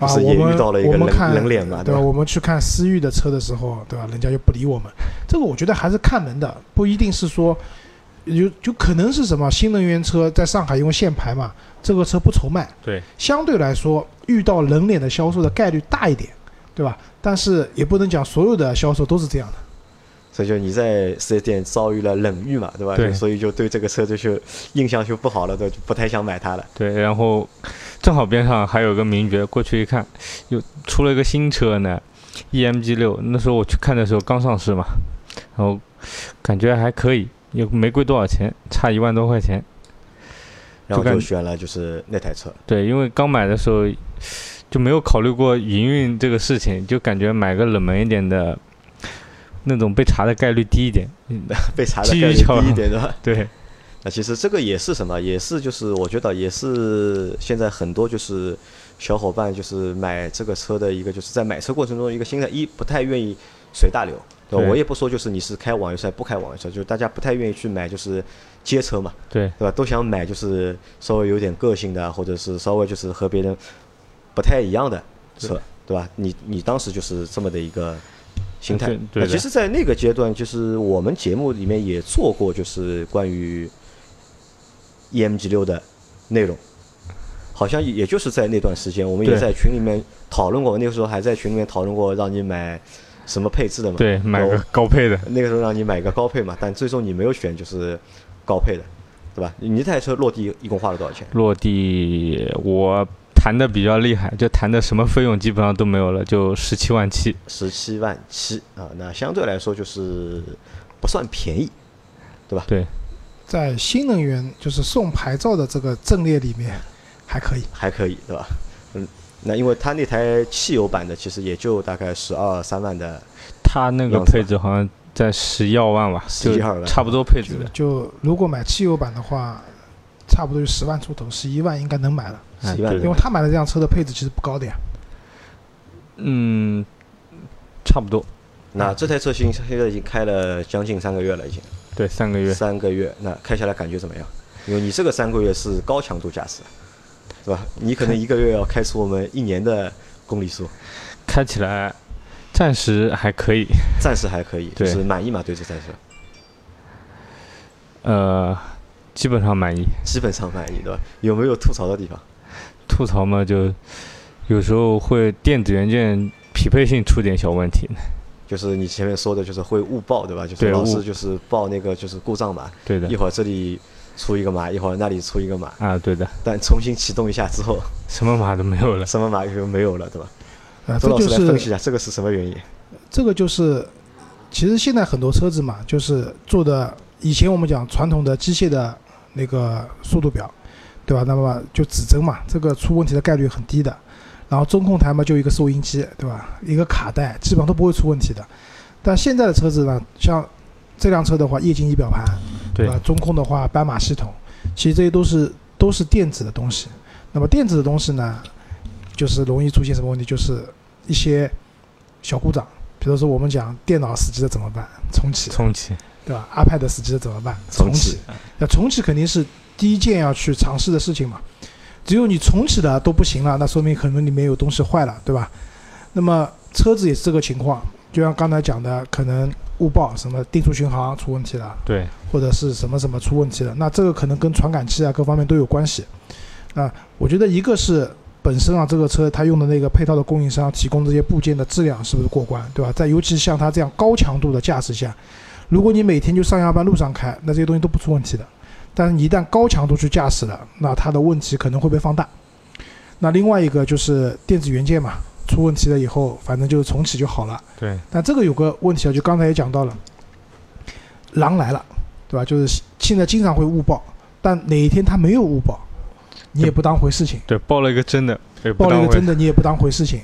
Speaker 2: 就
Speaker 3: 啊，
Speaker 2: 是
Speaker 3: 我
Speaker 2: 也
Speaker 3: 们
Speaker 2: 遇到了一
Speaker 3: 我
Speaker 2: 个
Speaker 3: 们
Speaker 2: 冷
Speaker 3: 看
Speaker 2: 冷脸嘛，
Speaker 3: 对
Speaker 2: 吧
Speaker 3: 吧？？我们去看思域的车的时候，对吧？人家就不理我们，这个我觉得还是看人的，不一定是说有就可能是什么新能源车在上海因为限牌嘛，这个车不愁卖，
Speaker 4: 对，
Speaker 3: 相对来说遇到冷脸的销售的概率大一点，对吧？但是也不能讲所有的销售都是这样的。
Speaker 2: 所以就你在四 S 店遭遇了冷遇嘛，对吧？
Speaker 4: 对
Speaker 2: 所以就对这个车就就印象就不好了，对吧，就不太想买它了。
Speaker 4: 对，然后正好边上还有个名爵，过去一看，又出了一个新车呢，EMG 六。那时候我去看的时候刚上市嘛，然后感觉还可以，也没贵多少钱，差一万多块钱。
Speaker 2: 然后
Speaker 4: 就
Speaker 2: 就
Speaker 4: 感
Speaker 2: 选了就是那台车，
Speaker 4: 对，因为刚买的时候就没有考虑过营运这个事情，就感觉买个冷门一点的，那种被查的概率低一点。 嗯，
Speaker 2: 被查的
Speaker 4: 基于
Speaker 2: 概率
Speaker 4: 巧
Speaker 2: 低一
Speaker 4: 合
Speaker 2: 点，对吧？
Speaker 4: 对，
Speaker 2: 那其实这个也是什么？也是就是我觉得也是现在很多就是小伙伴就是买这个车的一个就是在买车过程中一个心态，一不太愿意随大流。对吧
Speaker 4: 对
Speaker 2: 我也不说就是你是开网约车不开网约车，就是大家不太愿意去买就是街车嘛，
Speaker 4: 对，
Speaker 2: 对吧？都想买就是稍微有点个性的，或者是稍微就是和别人不太一样的车，对吧？你你当时就是这么的一个心态
Speaker 4: 对。
Speaker 2: 那
Speaker 4: 对的
Speaker 2: 其实，在那个阶段，就是我们节目里面也做过，就是关于 EMG 六的内容。好像也也就是在那段时间，我们也
Speaker 4: 对
Speaker 2: 在群里面讨论过，那个时候还在群里面讨论过让你买什么配置的嘛？
Speaker 4: 对，买个
Speaker 2: 我
Speaker 4: 高配的。
Speaker 2: 那个时候让你买个高配嘛，但最终你没有选就是高配的，对吧？你这台车落地一共花了多少钱？
Speaker 4: 落地我谈的比较厉害，就谈的什么费用基本上都没有了，就十七万七。
Speaker 2: 十七万七啊，那相对来说就是不算便宜，
Speaker 4: 对，
Speaker 3: 在新能源就是送牌照的这个阵列里面，还可以。
Speaker 2: 还可以，对吧？嗯，那因为它那台汽油版的其实也就大概十二三万的，
Speaker 4: 它那个
Speaker 2: 样子吧
Speaker 4: 配置好像在十一二万吧，就
Speaker 2: 11万
Speaker 4: 差不多配置的。
Speaker 3: 就如果买汽油版的话，差不多就十万出头，十一万应该能买了。
Speaker 4: 哎
Speaker 2: 11万
Speaker 4: 对
Speaker 3: 因为他买的这辆车的配置其实不高的呀。
Speaker 4: 嗯，差不多，
Speaker 2: 那这台车型现在已经开了将近三个月了，已经
Speaker 4: 对，三个月。
Speaker 2: 三个月，那开下来感觉怎么样？因为你这个三个月是高强度驾驶，对吧？你可能一个月要开出我们一年的公里数。
Speaker 4: 开起来暂时还可以，
Speaker 2: 暂时还可以，就
Speaker 4: 对
Speaker 2: 是满意嘛，对这台车
Speaker 4: 呃，基本上满意。
Speaker 2: 基本上满意，对吧？有没有吐槽的地方？
Speaker 4: 吐槽嘛，就有时候会电子元件匹配性出点小问题。
Speaker 2: 就是你前面说的，就是会误报，对吧？就是
Speaker 4: 对
Speaker 2: 老是
Speaker 4: 误
Speaker 2: 就是报那个就是故障码，
Speaker 4: 对的
Speaker 2: 一，会儿这里出一个码，一会儿那里出一个码，
Speaker 4: 啊，对的，
Speaker 2: 但重新启动一下之后，
Speaker 4: 什么码都没有了。
Speaker 2: 什么码就没有了，对吧？
Speaker 3: 啊，这
Speaker 2: 周老
Speaker 3: 就
Speaker 2: 师来分析一
Speaker 3: 是
Speaker 2: 下这个是什么原因？
Speaker 3: 这个就是，其实现在很多车子嘛，就是做的以前我们讲传统的机械的那个速度表，对吧？那么就指针嘛，这个出问题的概率很低的。然后中控台嘛，就一个收音机，对吧？一个卡带，基本上都不会出问题的。但现在的车子呢，像这辆车的话，液晶仪表盘，
Speaker 4: 对
Speaker 3: 吧？中控的话，斑马系统，其实这些都是都是电子的东西。那么电子的东西呢，就是容易出现什么问题？就是一些小故障，比如说我们讲电脑死机了怎么办？重启，
Speaker 4: 重启，
Speaker 3: 对吧？iPad 死机了怎么办？
Speaker 2: 重
Speaker 3: 重
Speaker 2: 启
Speaker 3: 启。那重启肯定是第一件要去尝试的事情嘛。只有你重启了都不行了，那说明可能里面有东西坏了，对吧？那么车子也是这个情况，就像刚才讲的，可能误报什么定速巡航出问题了，
Speaker 4: 对，
Speaker 3: 或者是什么什么出问题了，那这个可能跟传感器啊各方面都有关系。那我觉得一个是本身啊这个车它用的那个配套的供应商提供这些部件的质量是不是过关，对吧？在尤其像它这样高强度的驾驶下，如果你每天就上下班路上开，那这些东西都不出问题的。但是你一旦高强度去驾驶了，那它的问题可能会被放大。那另外一个就是电子元件嘛，出问题了以后，反正就是重启就好了。
Speaker 4: 对，
Speaker 3: 但这个有个问题啊，就刚才也讲到了，狼来了，对吧？就是现在经常会误报，但哪一天他没有误报，你也不当回事情，
Speaker 4: 对，报了一个真的，也不
Speaker 3: 报了一
Speaker 4: 当
Speaker 3: 个
Speaker 4: 回
Speaker 3: 真的你也不当回事情，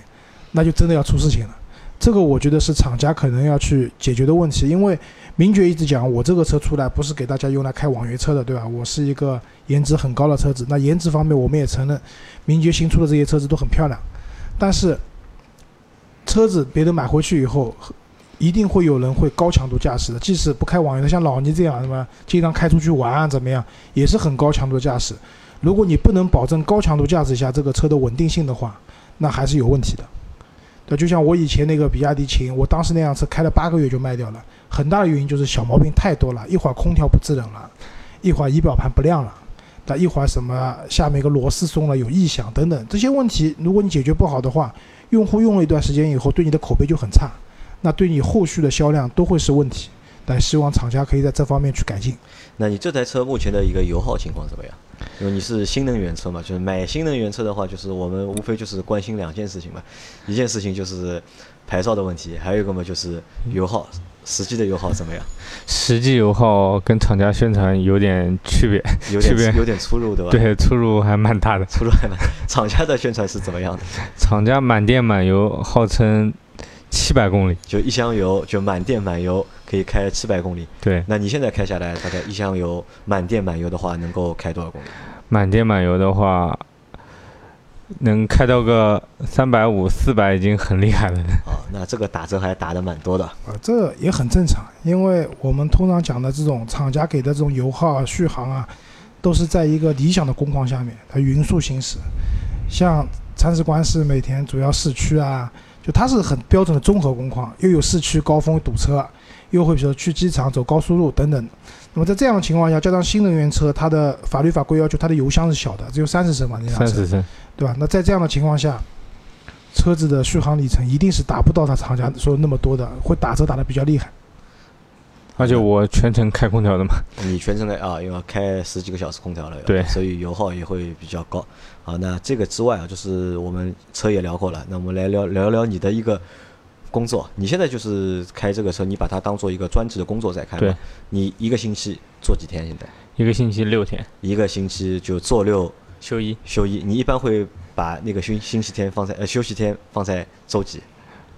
Speaker 3: 那就真的要出事情了。这个我觉得是厂家可能要去解决的问题，因为名爵一直讲我这个车出来不是给大家用来开网约车的，对吧？我是一个颜值很高的车子。那颜值方面我们也承认，名爵新出的这些车子都很漂亮，但是车子别人买回去以后，一定会有人会高强度驾驶的，即使不开网约车，像老倪这样什么经常开出去玩啊怎么样，也是很高强度的驾驶。如果你不能保证高强度驾驶下这个车的稳定性的话，那还是有问题的，对，就像我以前那个比亚迪秦，我当时那辆车开了八个月就卖掉了，很大的原因就是小毛病太多了，一会儿空调不制冷了，一会儿仪表盘不亮了，那一会儿什么下面一个螺丝松了有异响等等这些问题，如果你解决不好的话，用户用了一段时间以后对你的口碑就很差，那对你后续的销量都会是问题。但希望厂家可以在这方面去改进。
Speaker 2: 那你这台车目前的一个油耗情况怎么样？因为你是新能源车嘛，就是买新能源车的话，就是我们无非就是关心两件事情嘛，一件事情就是牌照的问题，还有一个嘛就是油耗，实际的油耗怎么样？
Speaker 4: 实际油耗跟厂家宣传有点区别，
Speaker 2: 有
Speaker 4: 区别
Speaker 2: 点有点出入对吧？，
Speaker 4: 对，出入还蛮大的。
Speaker 2: 出入还蛮。厂家的宣传是怎么样的？
Speaker 4: 厂家满电满油号称七百公里，
Speaker 2: 就一箱油就满电满油可以开七百公里，
Speaker 4: 对，
Speaker 2: 那你现在开下来大概一箱油满电满油的话，能够开多少公里？
Speaker 4: 满电满油的话，能开到个三百五、四百已经很厉害了。
Speaker 2: 啊，那这个打折还打的蛮多的。
Speaker 3: 啊，这也很正常，因为我们通常讲的这种厂家给的这种油耗啊、续航啊，都是在一个理想的工况下面，它匀速行驶。像铲屎官是每天主要市区啊，就它是很标准的综合工况，又有市区高峰堵车，又会比如说去机场走高速路等等。那么在这样的情况下，加上新能源车，它的法律法规要求它的油箱是小的，只有三十升嘛，那辆车
Speaker 4: 三十升，
Speaker 3: 对吧？那在这样的情况下，车子的续航里程一定是达不到它厂家说那么多的，会打折打得比较厉害。
Speaker 4: 而且我全程开空调的嘛，
Speaker 2: 你全程的啊，因为开十几个小时空调了，
Speaker 4: 对
Speaker 2: 所以油耗也会比较高。啊，那这个之外啊，就是我们车也聊过了，那我们来聊聊聊你的一个工作。你现在就是开这个车，你把它当做一个专职的工作在开
Speaker 4: 对
Speaker 2: 吗？你一个星期做几天？现在
Speaker 4: 一个星期六天，
Speaker 2: 一个星期就做六
Speaker 4: 休一。
Speaker 2: 休一，你一般会把那个星星期天放在呃休息天放在周几？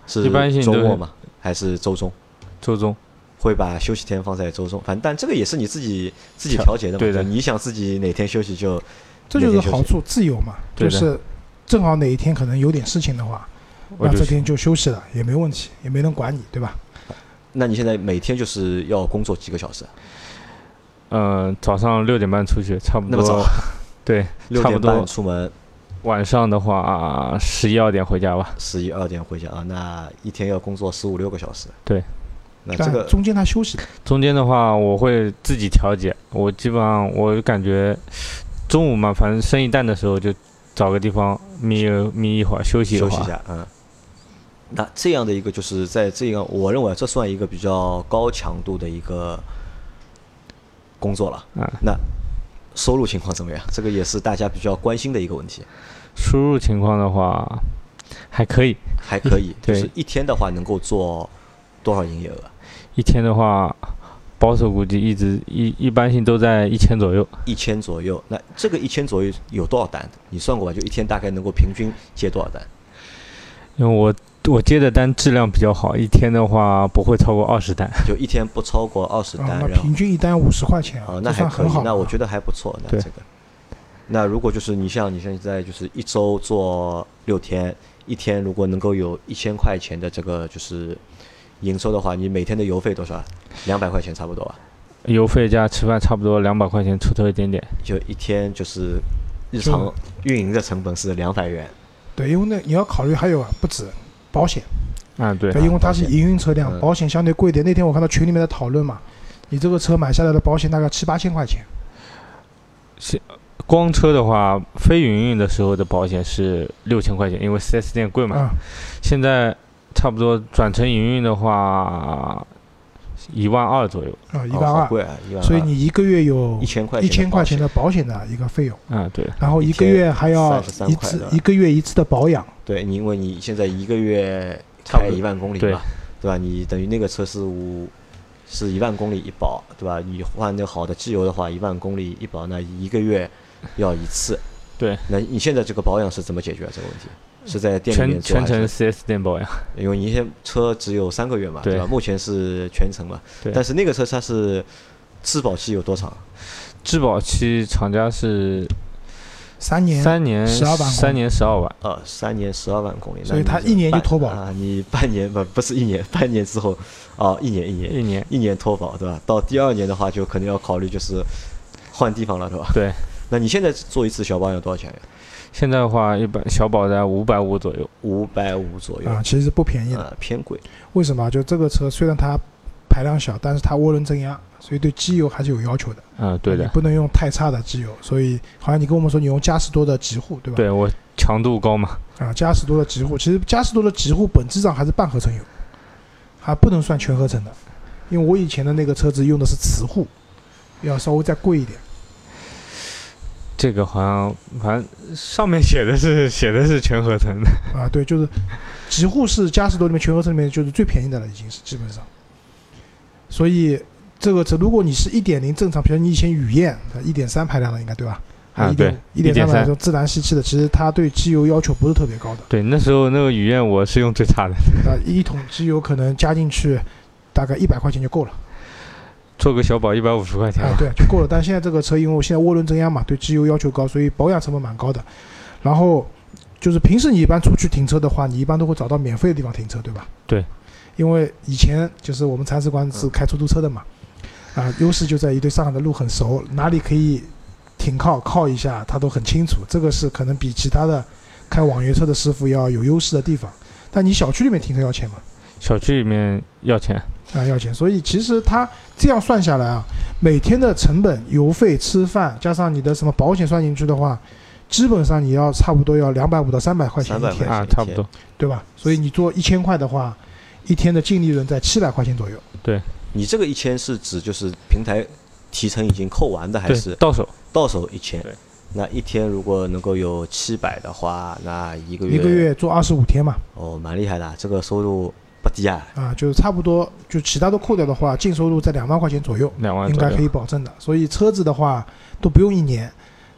Speaker 2: 是
Speaker 4: 一般性
Speaker 2: 周
Speaker 4: 都是
Speaker 2: 末吗？还是周中？
Speaker 4: 周中，
Speaker 2: 会把休息天放在周中，反正但这个也是你自己自己
Speaker 4: 调
Speaker 2: 调节的嘛，
Speaker 4: 对的
Speaker 2: 就你想自己哪天休息就
Speaker 3: 这就是好处，自由嘛，
Speaker 4: 对
Speaker 3: 就
Speaker 4: 的
Speaker 3: 是正好哪一天可能有点事情的话，
Speaker 4: 我
Speaker 3: 那
Speaker 4: 就
Speaker 3: 这天就休息了，也没问题，也没人管你，对吧？
Speaker 2: 那你现在每天就是要工作几个小时？
Speaker 4: 呃早上六点半出去，差不
Speaker 2: 那么早
Speaker 4: 多， 对，
Speaker 2: 六
Speaker 4: 差不
Speaker 2: 点半
Speaker 4: 多
Speaker 2: 出门，
Speaker 4: 晚上的话十一二点回家吧。
Speaker 2: 十一二点回家啊，那一天要工作十五六个小时。
Speaker 4: 对，
Speaker 2: 那这
Speaker 3: 但
Speaker 2: 个
Speaker 3: 中间他休息的，
Speaker 4: 中间的话我会自己调节，我基本上我感觉中午嘛，反正生意淡的时候就找个地方眯眯一会儿，休息一
Speaker 2: 休
Speaker 4: 会
Speaker 2: 息一
Speaker 4: 儿。
Speaker 2: 下，嗯。那这样的一个就是在这样，我认为这算一个比较高强度的一个工作了。
Speaker 4: 嗯，
Speaker 2: 那收入情况怎么样？这个也是大家比较关心的一个问题。
Speaker 4: 输入情况的话还可以，
Speaker 2: 还可以，就
Speaker 4: 对
Speaker 2: 是一天的话能够做多少营业额？
Speaker 4: 一天的话保守估计一直一一般性都在一千左右。
Speaker 2: 一千左右。那这个一千左右有多少单？你算过吧？就一天大概能够平均接多少单？
Speaker 4: 因为我我接的单质量比较好，一天的话不会超过二十单。
Speaker 2: 就一天不超过二十
Speaker 3: 啊
Speaker 2: 单，，
Speaker 3: 那
Speaker 2: 然后
Speaker 3: 平均一单五十块钱
Speaker 2: 啊，，
Speaker 3: 这
Speaker 2: 那还
Speaker 3: 算
Speaker 2: 可
Speaker 3: 很
Speaker 2: 以
Speaker 3: 好，了。
Speaker 2: 那我觉得还不错。那
Speaker 4: 对
Speaker 2: 这个，那如果就是你像你现在就是一周做六天，一天如果能够有一千块钱的这个就是营收的话，你每天的油费多少啊？两百块钱差不多吧？啊
Speaker 4: 邮费加吃饭差不多两百块钱出头一点点，
Speaker 2: 就一天就是日
Speaker 3: 就
Speaker 2: 常运营的成本是两百元。
Speaker 3: 对，因为那你要考虑还有啊，不止保险。
Speaker 4: 啊对，
Speaker 3: 因为它是营运车辆
Speaker 2: 嗯，
Speaker 3: 保险相对贵一点。那天我看到群里面的讨论嘛，你这个车买下来的保险大概七八千块钱，
Speaker 4: 光车的话，非营运的时候的保险是六千块钱，因为 4S 店贵嘛。
Speaker 3: 啊、
Speaker 4: 现在差不多转成营运的话，一万二左右。
Speaker 3: 啊，一
Speaker 2: 哦
Speaker 3: 万
Speaker 2: 好
Speaker 3: 二，
Speaker 2: 贵啊，一万二。
Speaker 3: 所以你一个月有
Speaker 2: 一千块
Speaker 3: 一千块钱
Speaker 2: 的
Speaker 3: 的保险的一个费用，
Speaker 4: 啊，对，
Speaker 3: 然后
Speaker 2: 一
Speaker 3: 一个月还要
Speaker 2: 33
Speaker 3: 一
Speaker 2: 块
Speaker 3: 次
Speaker 2: 的
Speaker 3: 一个月一次的保养，
Speaker 2: 保险，对，你因为你现在一个月
Speaker 4: 差
Speaker 2: 开
Speaker 4: 不多
Speaker 2: 一万公里
Speaker 4: 对
Speaker 2: 嘛，对吧？你等于那个车是五是一万公里一保，对吧？你换那个好的机油的话，一万公里一保，那一个月要一次。
Speaker 4: 对，
Speaker 2: 那你现在这个保养是怎么解决、啊、这个问题？是在店里
Speaker 4: 全
Speaker 2: 面做
Speaker 4: 全
Speaker 2: 还
Speaker 4: 程
Speaker 2: 是？
Speaker 4: 4S 店保养。
Speaker 2: 因为你现在车只有三个月嘛，
Speaker 4: 对
Speaker 2: 吧？目前是全程嘛，
Speaker 4: 对
Speaker 2: 但是那个车它是质保期有多长？
Speaker 4: 质保期厂家是
Speaker 3: 三年
Speaker 4: 三年，
Speaker 3: 12万公里
Speaker 4: 三年十二万。
Speaker 2: 呃，三年十二万公里，那
Speaker 3: 所以
Speaker 2: 你
Speaker 3: 他
Speaker 2: 是
Speaker 3: 一年就
Speaker 2: 半
Speaker 3: 脱保了
Speaker 2: 啊！你半年不不是一年，半年之后，哦，一年一年
Speaker 4: 一年，
Speaker 2: 一年脱保，对吧？到第二年的话，就可能要考虑就是换地方了，对吧？
Speaker 4: 对，
Speaker 2: 那你现在做一次小保养多少钱呀？
Speaker 4: 现在的话，一般小保在五百五左右，
Speaker 2: 五百五左右，
Speaker 3: 啊，其实不便宜的。
Speaker 2: 啊，偏贵。
Speaker 3: 为什么？就这个车虽然它排量小，但是它涡轮增压，所以对机油还是有要求的。
Speaker 4: 嗯，对
Speaker 3: 你
Speaker 4: 的，
Speaker 3: 不能用太差的机油。所以好像你跟我们说你用嘉实多的极护，对吧？
Speaker 4: 对我强度高嘛，
Speaker 3: 啊，嘉实多的极护，其实嘉实多的极护本质上还是半合成油，还不能算全合成的，因为我以前的那个车子用的是磁护，要稍微再贵一点。
Speaker 4: 这个好像反正上面写的是 写的是全合成的，
Speaker 3: 啊，对，就是极护是嘉实多里面全合成里面就是最便宜的了，已经是基本上。所以这个车，如果你是一点零正常，比如你以前雨燕一点三排量的，应该对吧？
Speaker 4: 啊
Speaker 3: 一点一
Speaker 4: 对
Speaker 3: 点三排量
Speaker 4: 1.3
Speaker 3: 这种自然吸气的，其实它对机油要求不是特别高的，
Speaker 4: 对，那时候那个雨燕我是用最差的，
Speaker 3: 啊，一桶机油可能加进去大概一百块钱就够了，
Speaker 4: 做个小保一百五十块钱
Speaker 3: 啊，
Speaker 4: 吧，
Speaker 3: 对，就够了。但现在这个车，因为我现在涡轮增压嘛，对机油要求高，所以保养成本蛮高的。然后就是平时你一般出去停车的话，你一般都会找到免费的地方停车，对吧？
Speaker 4: 对。
Speaker 3: 因为以前就是我们铲屎官是开出租车的嘛，啊、优势就在于对上海的路很熟，哪里可以停靠靠一下，他都很清楚。这个是可能比其他的开网约车的师傅要有优势的地方。但你小区里面停车要钱吗？
Speaker 4: 小区里面要钱，
Speaker 3: 啊，要钱。所以其实它这样算下来啊，每天的成本、油费、吃饭，加上你的什么保险算进去的话，基本上你要差不多要两百五到三百块钱一
Speaker 2: 300块
Speaker 3: 天，
Speaker 4: 啊，
Speaker 2: 一天
Speaker 4: 差不多。
Speaker 3: 对吧？所以你做一千块的话，一天的净利润在七百块钱左右。
Speaker 2: 你这个一千是指就是平台提成已经扣完的，还
Speaker 4: 对，
Speaker 2: 是
Speaker 4: 到手
Speaker 2: 到手一千
Speaker 4: 对？
Speaker 2: 那一天如果能够有七百的话，那一个月
Speaker 3: 一个月做二十五天嘛，
Speaker 2: 哦，蛮厉害的啊，这个收入不低啊。
Speaker 3: 啊，就差不多，就其他都扣掉的话，净收入在两万块钱左右，
Speaker 4: 两万
Speaker 3: 应
Speaker 4: 左
Speaker 3: 该可
Speaker 4: 右，
Speaker 3: 以保证的。所以车子的话都不用一年，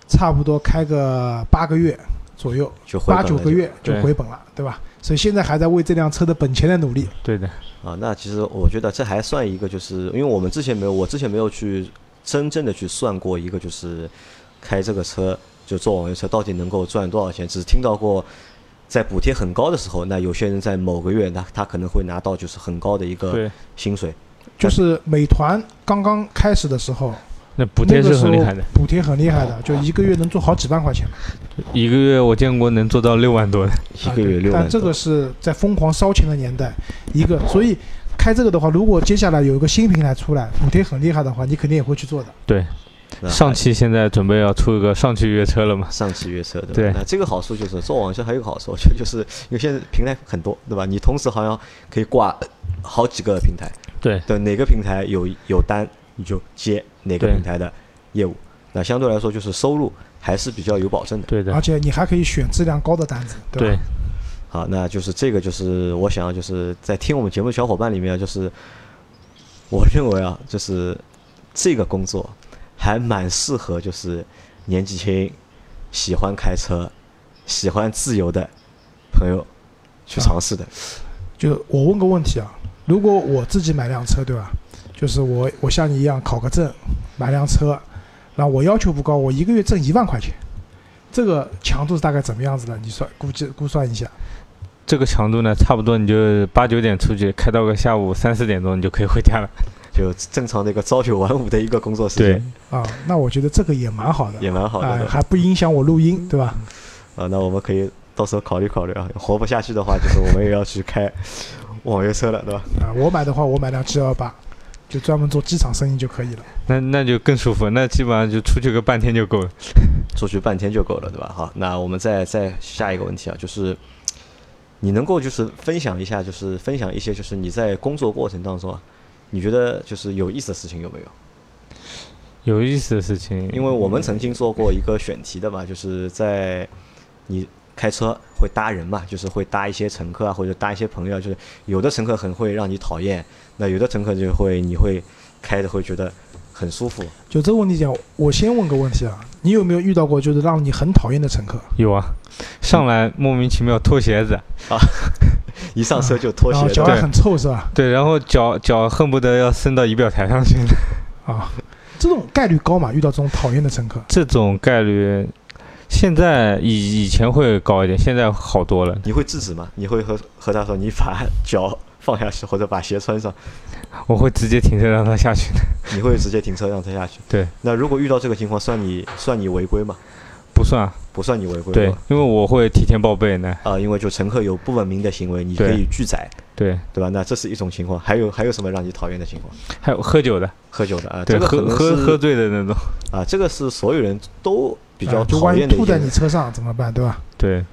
Speaker 3: 差不多开个八个月左右，
Speaker 2: 就回本
Speaker 3: 八
Speaker 2: 了
Speaker 3: 九个
Speaker 2: 就
Speaker 3: 月就
Speaker 4: 对
Speaker 3: 回本了，对吧？所以现在还在为这辆车的本钱在努力。
Speaker 4: 对的，
Speaker 2: 啊，那其实我觉得这还算一个，就是因为我们之前没有，我之前没有去真正的去算过一个，就是开这个车就做网约车到底能够赚多少钱，只是听到过在补贴很高的时候，那有些人在某个月他他可能会拿到就是很高的一个
Speaker 4: 对，
Speaker 2: 薪水，
Speaker 3: 就是美团刚刚开始的时候，
Speaker 4: 那补贴
Speaker 3: 那
Speaker 4: 是
Speaker 3: 个时
Speaker 4: 很
Speaker 3: 候
Speaker 4: 厉害的，
Speaker 3: 补贴很厉害的，就一个月能做好几万块钱
Speaker 4: 一个月我见过能做到六万多的，
Speaker 2: 一个月六
Speaker 3: 啊但
Speaker 2: 万
Speaker 3: 这
Speaker 2: 多。
Speaker 3: 个是在疯狂烧钱的年代，一个所以开这个的话，如果接下来有一个新平台出来，补贴很厉害的话，你肯定也会去做的。
Speaker 2: 那
Speaker 4: 上
Speaker 2: 还
Speaker 4: 汽现在准备要出一个上汽约车了嘛？
Speaker 2: 上汽约车对吧？
Speaker 4: 对
Speaker 2: 那这个好处就是做网约车还有个好处，我觉得就是因为现在平台很多对吧？你同时好像可以挂好几个平台，
Speaker 4: 对
Speaker 2: 对哪个平台有有单你就接哪个
Speaker 4: 对
Speaker 2: 平台的业务。那相对来说就是收入还是比较有保证的。
Speaker 4: 对
Speaker 3: 而
Speaker 4: 的，
Speaker 3: 且你还可以选质量啊高的单子，对吧？啊
Speaker 4: 对
Speaker 2: 好，啊那就是这个就是我想要就是在听我们节目的小伙伴里面啊，就是我认为啊，就是这个工作还蛮适合就是年纪轻、喜欢开车、喜欢自由的朋友去尝试的。
Speaker 3: 就我问个问题啊，如果我自己买辆车，对吧？就是我我像你一样考个证，买辆车，然后我要求不高，我一个月挣一万块钱，这个强度是大概怎么样子的？你算估计估算一下。
Speaker 4: 这个强度呢，差不多你就八九点出去，开到个下午三四点钟，你就可以回家了。
Speaker 2: 就正常的一个朝九晚五的一个工作时间，
Speaker 3: 啊，那我觉得这个也蛮好的，
Speaker 2: 也蛮好的。
Speaker 3: 啊、
Speaker 2: 对吧
Speaker 3: 还不影响我录音，对吧？
Speaker 2: 啊，那我们可以到时候考虑考虑啊，活不下去的话，就是我们也要去开 网约车了，对吧？
Speaker 3: 啊，我买的话，我买辆 G 2 8就专门做机场生意就可以了。
Speaker 4: 那那就更舒服，那基本上就出去个半天就够了。
Speaker 2: 出去半天就够了，对吧？好，那我们再再下一个问题啊，就是你能够就是分享一下，就是分享一些就是你在工作过程当中啊，你觉得就是有意思的事情有没有？
Speaker 4: 有意思的事情，
Speaker 2: 因为我们曾经做过一个选题的嘛，就是在你开车会搭人嘛，就是会搭一些乘客啊，或者搭一些朋友啊，就是有的乘客很会让你讨厌，那有的乘客就会你会开的会觉得很舒服。
Speaker 3: 就这个问题讲，我先问个问题啊，你有没有遇到过就是让你很讨厌的乘客？
Speaker 4: 有啊，上来莫名其妙脱鞋子，
Speaker 2: 一上车就脱
Speaker 3: 啊
Speaker 2: 鞋了，
Speaker 3: 然后脚
Speaker 4: 对
Speaker 3: 还很臭是吧？
Speaker 4: 对，然后脚脚恨不得要伸到仪表台上去 了。
Speaker 3: 啊，这种概率高嘛？遇到这种讨厌的乘客，
Speaker 4: 这种概率，现在以以前会高一点，现在好多了。
Speaker 2: 你会制止吗？你会和和他说你把脚 放下去，或者把鞋穿上，
Speaker 4: 我会直接停车让他下去的。
Speaker 2: 你会直接停车让他下去。
Speaker 4: 对，
Speaker 2: 那如果遇到这个情况，算你算你违规吗？
Speaker 4: 不算啊，
Speaker 2: 不算你违规。
Speaker 4: 对，因为我会提前报备呢。
Speaker 2: 啊、因为就乘客有不文明的行为，你可
Speaker 4: 对
Speaker 2: 以拒载，
Speaker 4: 对，
Speaker 2: 对吧？那这是一种情况，还有还有什么让你讨厌的情况？
Speaker 4: 还有喝酒的，
Speaker 2: 喝酒的啊，
Speaker 4: 对，
Speaker 2: 这个可
Speaker 4: 喝
Speaker 2: 能
Speaker 4: 喝
Speaker 2: 是
Speaker 4: 喝醉的那种。
Speaker 2: 啊，这个是所有人都比较
Speaker 3: 啊就
Speaker 2: 讨
Speaker 3: 万一
Speaker 2: 厌的一
Speaker 3: 吐在
Speaker 2: 件
Speaker 3: 你
Speaker 2: 事。
Speaker 3: 车上怎么办，对吧？
Speaker 4: 对，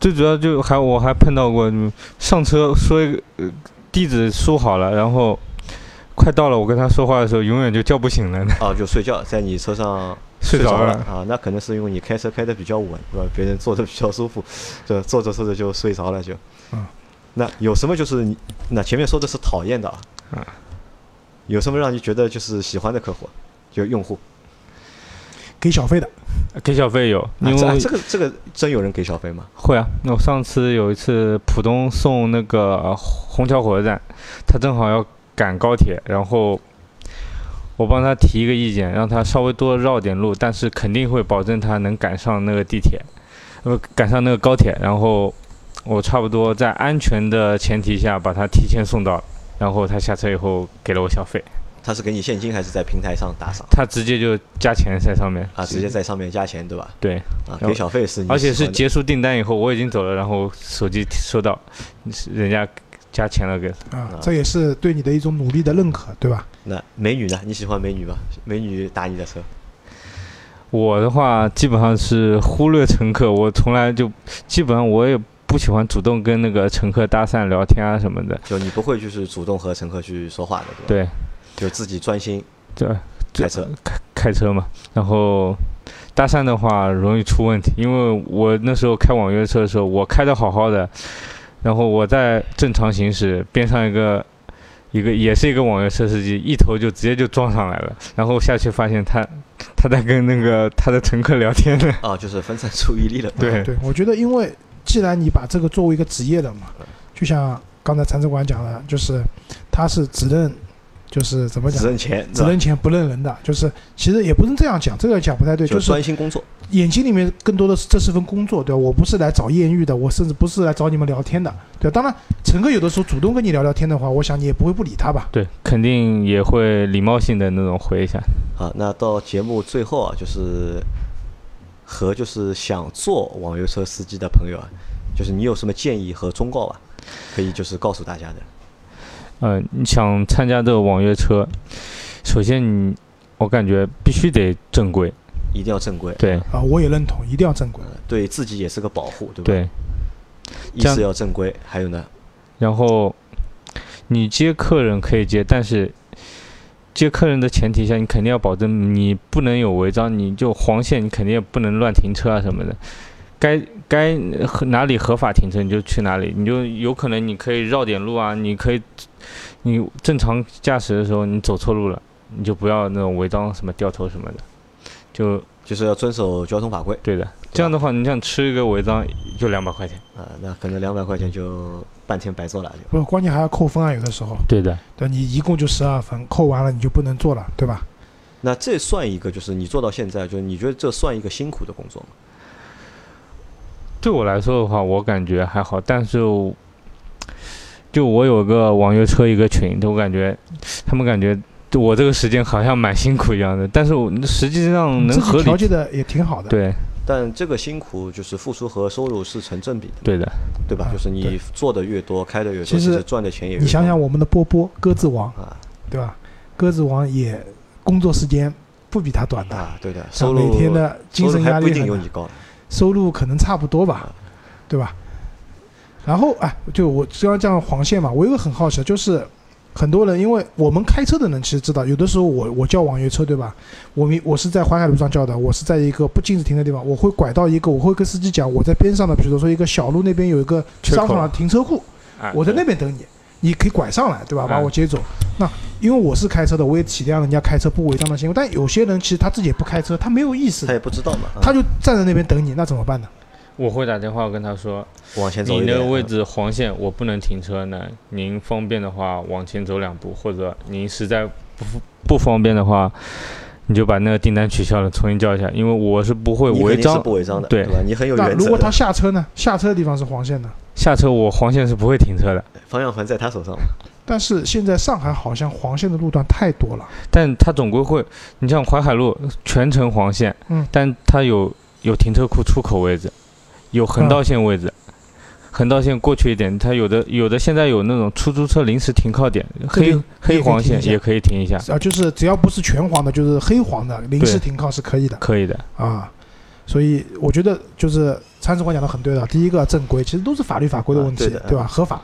Speaker 4: 最主要就还我还碰到过嗯上车说一个、呃、地址说好了，然后快到了，我跟他说话的时候永远就叫不醒了，
Speaker 2: 啊，就睡觉，在你车上
Speaker 4: 睡
Speaker 2: 着
Speaker 4: 着
Speaker 2: 了。啊，那可能是因为你开车开的比较稳，对吧？别人坐的比较舒服，这坐着坐着就睡着了就。
Speaker 3: 嗯。
Speaker 2: 那有什么就是你那前面说的是讨厌的啊？
Speaker 4: 嗯
Speaker 2: 有什么让你觉得就是喜欢的客户，就用户？
Speaker 3: 给小费的，
Speaker 4: 给小费有，
Speaker 2: 啊
Speaker 4: 因
Speaker 2: 这啊
Speaker 4: 为
Speaker 2: 这个这个真有人给小费吗？
Speaker 4: 会啊。那我上次有一次浦东送那个呃虹桥火车站，他正好要赶高铁，然后我帮他提一个意见，让他稍微多绕点路，但是肯定会保证他能赶上那个地铁，呃，赶上那个高铁。然后我差不多在安全的前提下把他提前送到，然后他下车以后给了我小费，
Speaker 2: 他是给你现金还是在平台上打赏？
Speaker 4: 他直接就加钱在上面
Speaker 2: 啊，直接在上面加钱对吧？
Speaker 4: 对。
Speaker 2: 啊，
Speaker 4: 后
Speaker 2: 给小费是你喜欢的，
Speaker 4: 而且是结束订单以后，我已经走了，然后手机收到，人家加钱了给。
Speaker 3: 啊
Speaker 2: 啊，
Speaker 3: 这也是对你的一种努力的认可，对吧？
Speaker 2: 那美女呢？你喜欢美女吗？美女打你的车，
Speaker 4: 我的话基本上是忽略乘客，我从来就基本上我也不喜欢主动跟那个乘客搭讪聊天啊什么的。
Speaker 2: 就你不会就是主动和乘客去说话的，对吧？
Speaker 4: 对，
Speaker 2: 就自己专心
Speaker 4: 对，这
Speaker 2: 开车。
Speaker 4: 开车嘛，然后搭讪的话容易出问题，因为我那时候开网约车的时候，我开的好好的，然后我在正常行驶，边上一个一个也是一个网约车司机，一头就直接就撞上来了，然后下去发现他他在跟那个他的乘客聊天呢，
Speaker 2: 啊，就是分散注意力了。
Speaker 4: 对
Speaker 3: 啊对，我觉得因为既然你把这个作为一个职业了嘛，
Speaker 2: 嗯
Speaker 3: 就像刚才铲子馆讲的，就是他是只认，就是怎么讲
Speaker 2: 只，认钱，
Speaker 3: 只认钱不认人的，就是其实也不能这样讲，这个讲不太对，
Speaker 2: 对吧
Speaker 3: 就
Speaker 2: 就是专心工作。
Speaker 3: 眼睛里面更多的是这是份工作，对吧？我不是来找艳遇的，我甚至不是来找你们聊天的，对吧？当然，乘客有的时候主动跟你聊聊天的话，我想你也不会不理他吧？
Speaker 4: 对，肯定也会礼貌性的那种回一下。
Speaker 2: 好，啊那到节目最后啊，就是和就是想做网约车司机的朋友啊，就是你有什么建议和忠告啊，可以就是告诉大家的。
Speaker 4: 呃，你想参加这个网约车，首先你我感觉必须得正规，
Speaker 2: 一定要正规，
Speaker 4: 对
Speaker 3: 啊，我也认同，一定要正规
Speaker 2: 呃，对自己也是个保护，对吧？
Speaker 4: 对。
Speaker 2: 一
Speaker 4: 这样
Speaker 2: 是要正规，还有呢，
Speaker 4: 然后你接客人可以接，但是接客人的前提下，你肯定要保证你不能有违章，你就黄线你肯定也不能乱停车啊什么的。该该合哪里合法停车你就去哪里，你就有可能你可以绕点路啊，你可以你正常驾驶的时候你走错路了，你就不要那种违章什么掉头什么的，就
Speaker 2: 就是要遵守交通法规
Speaker 4: 对的。这样的话，你想吃一个违章就两百块钱，
Speaker 2: 啊、那可能两百块钱就半天白做了，就
Speaker 3: 不是，关键还要扣分啊，有的时候，
Speaker 4: 对的，
Speaker 3: 对，你一共就十二分，扣完了你就不能做了，对吧？
Speaker 2: 那这算一个，就是你做到现在，就是你觉得这算一个辛苦的工作吗？
Speaker 4: 对我来说的话，我感觉还好，但是我就我有个网约车一个群，我感觉他们感觉就我这个时间好像蛮辛苦一样的，但是我实际上能
Speaker 3: 自
Speaker 4: 合
Speaker 3: 己调
Speaker 4: 理
Speaker 3: 节的也挺好的。
Speaker 4: 对
Speaker 2: 但这个辛苦就是付出和收入是成正比的，
Speaker 4: 对的，
Speaker 2: 对吧？
Speaker 3: 啊
Speaker 2: 就是你
Speaker 3: 对
Speaker 2: 做的越多，开的越多，
Speaker 3: 其
Speaker 2: 其
Speaker 3: 实
Speaker 2: 实赚的钱也越多。
Speaker 3: 你想想我们的波波鸽子王，
Speaker 2: 啊
Speaker 3: 对吧？鸽子王也工作时间不比他短的，
Speaker 2: 啊，对的，
Speaker 3: 像
Speaker 2: 收
Speaker 3: 每
Speaker 2: 入
Speaker 3: 天的精
Speaker 2: 收
Speaker 3: 神
Speaker 2: 入
Speaker 3: 压
Speaker 2: 还不
Speaker 3: 力
Speaker 2: 一定有
Speaker 3: 很
Speaker 2: 你
Speaker 3: 大，
Speaker 2: 高，
Speaker 3: 收入可能差不多吧
Speaker 4: 嗯
Speaker 2: 啊，
Speaker 3: 对吧？然后哎，就我刚刚讲黄线嘛，我有一个很好奇的，就是很多人因为我们开车的人其实知道，有的时候我我叫网约车对吧？我明我是在淮海路上叫的，我是在一个不禁止停的地方，我会拐到一个，我会跟司机讲我在边上的，比如说一个小路那边有一个
Speaker 4: 缺口哎
Speaker 3: 商场的停车库，我在那
Speaker 4: 边
Speaker 3: 边等你，你可以拐上来，对吧？把
Speaker 4: 嗯
Speaker 3: 我接走。那因为我是开车的，我也体谅人家开车不违章的行为。但有些人其实他自己也不开车，他没有意识
Speaker 4: 哎
Speaker 2: 他，也不知道嘛。啊
Speaker 3: 他就站在那边等你，那怎么办呢？
Speaker 4: 我会打电话跟他说，哎
Speaker 2: 往前走
Speaker 4: 你
Speaker 2: 一
Speaker 4: 那
Speaker 2: 点
Speaker 4: 个位
Speaker 2: 嗯
Speaker 4: 置黄线我不能停车呢，您方便的话往前走两步，或者您实在不不方便的话，你就把那个订单取消了，重新交一下，因为我是不会
Speaker 2: 啊你
Speaker 4: 违
Speaker 2: 肯定是
Speaker 4: 章
Speaker 2: 不违章的，
Speaker 4: 对
Speaker 2: 吧？你很有
Speaker 3: 那
Speaker 2: 原
Speaker 3: 如
Speaker 2: 则
Speaker 3: 果
Speaker 2: 的。
Speaker 3: 他下车呢？下车的地方是黄线的，
Speaker 4: 下车，我黄线是不会停车的。
Speaker 2: 方向盘在他手上嘛，
Speaker 3: 但是现在上海好像黄线的路段太多了，
Speaker 4: 但它总归会，你像淮海路全程黄线，
Speaker 3: 嗯
Speaker 4: 但它有有停车库出口位置，有横道线位置，横道线过去一点，它有的有的现在有那种出租车临时停靠点，黑黑黄线也可以停一下，
Speaker 3: 啊，就是只要不是全黄的，就是黑黄的，临时
Speaker 4: 对
Speaker 3: 停靠是可以的
Speaker 4: 可以的，
Speaker 3: 啊。所以我觉得就是参事官讲的很对的，第一个正规，其实都是法律法规的问题，
Speaker 2: 啊对的
Speaker 3: 对吧？合法。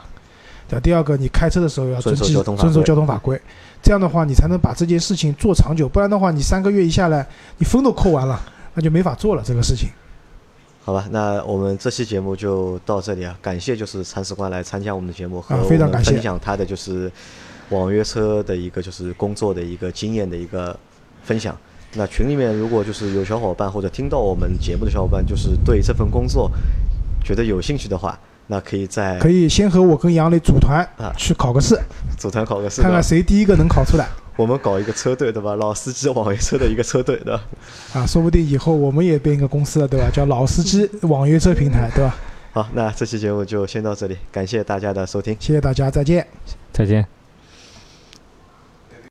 Speaker 3: 对吧，第二个你开车的时候要遵纪
Speaker 2: 遵守交通法规
Speaker 3: 遵守交通法规，这样的话你才能把这件事情做长久，不然的话你三个月一下来，你分都扣完了，那就没法做了这个事情。
Speaker 2: 好吧？那我们这期节目就到这里啊，感谢就是铲屎官来参加我们的节目，和
Speaker 3: 啊
Speaker 2: 我
Speaker 3: 非常
Speaker 2: 们
Speaker 3: 感谢
Speaker 2: 分享他的就是网约车的一个就是工作的一个经验的一个分享。那群里面如果就是有小伙伴或者听到我们节目的小伙伴，就是对这份工作觉得有兴趣的话，那可以在
Speaker 3: 可以先和我跟杨磊组团
Speaker 2: 啊
Speaker 3: 去考个试，
Speaker 2: 组团考个试，
Speaker 3: 看
Speaker 2: 对吧
Speaker 3: 看谁第一个能考出来
Speaker 2: 我们搞一个车队对吧？老司机网约车的一个车队对吧？
Speaker 3: 啊！说不定以后我们也变一个公司了，对吧？叫老司机网约车平台，对吧？
Speaker 2: 好，那这期节目就先到这里，感谢大家的收听。
Speaker 3: 谢谢大家，再见。
Speaker 4: 再见。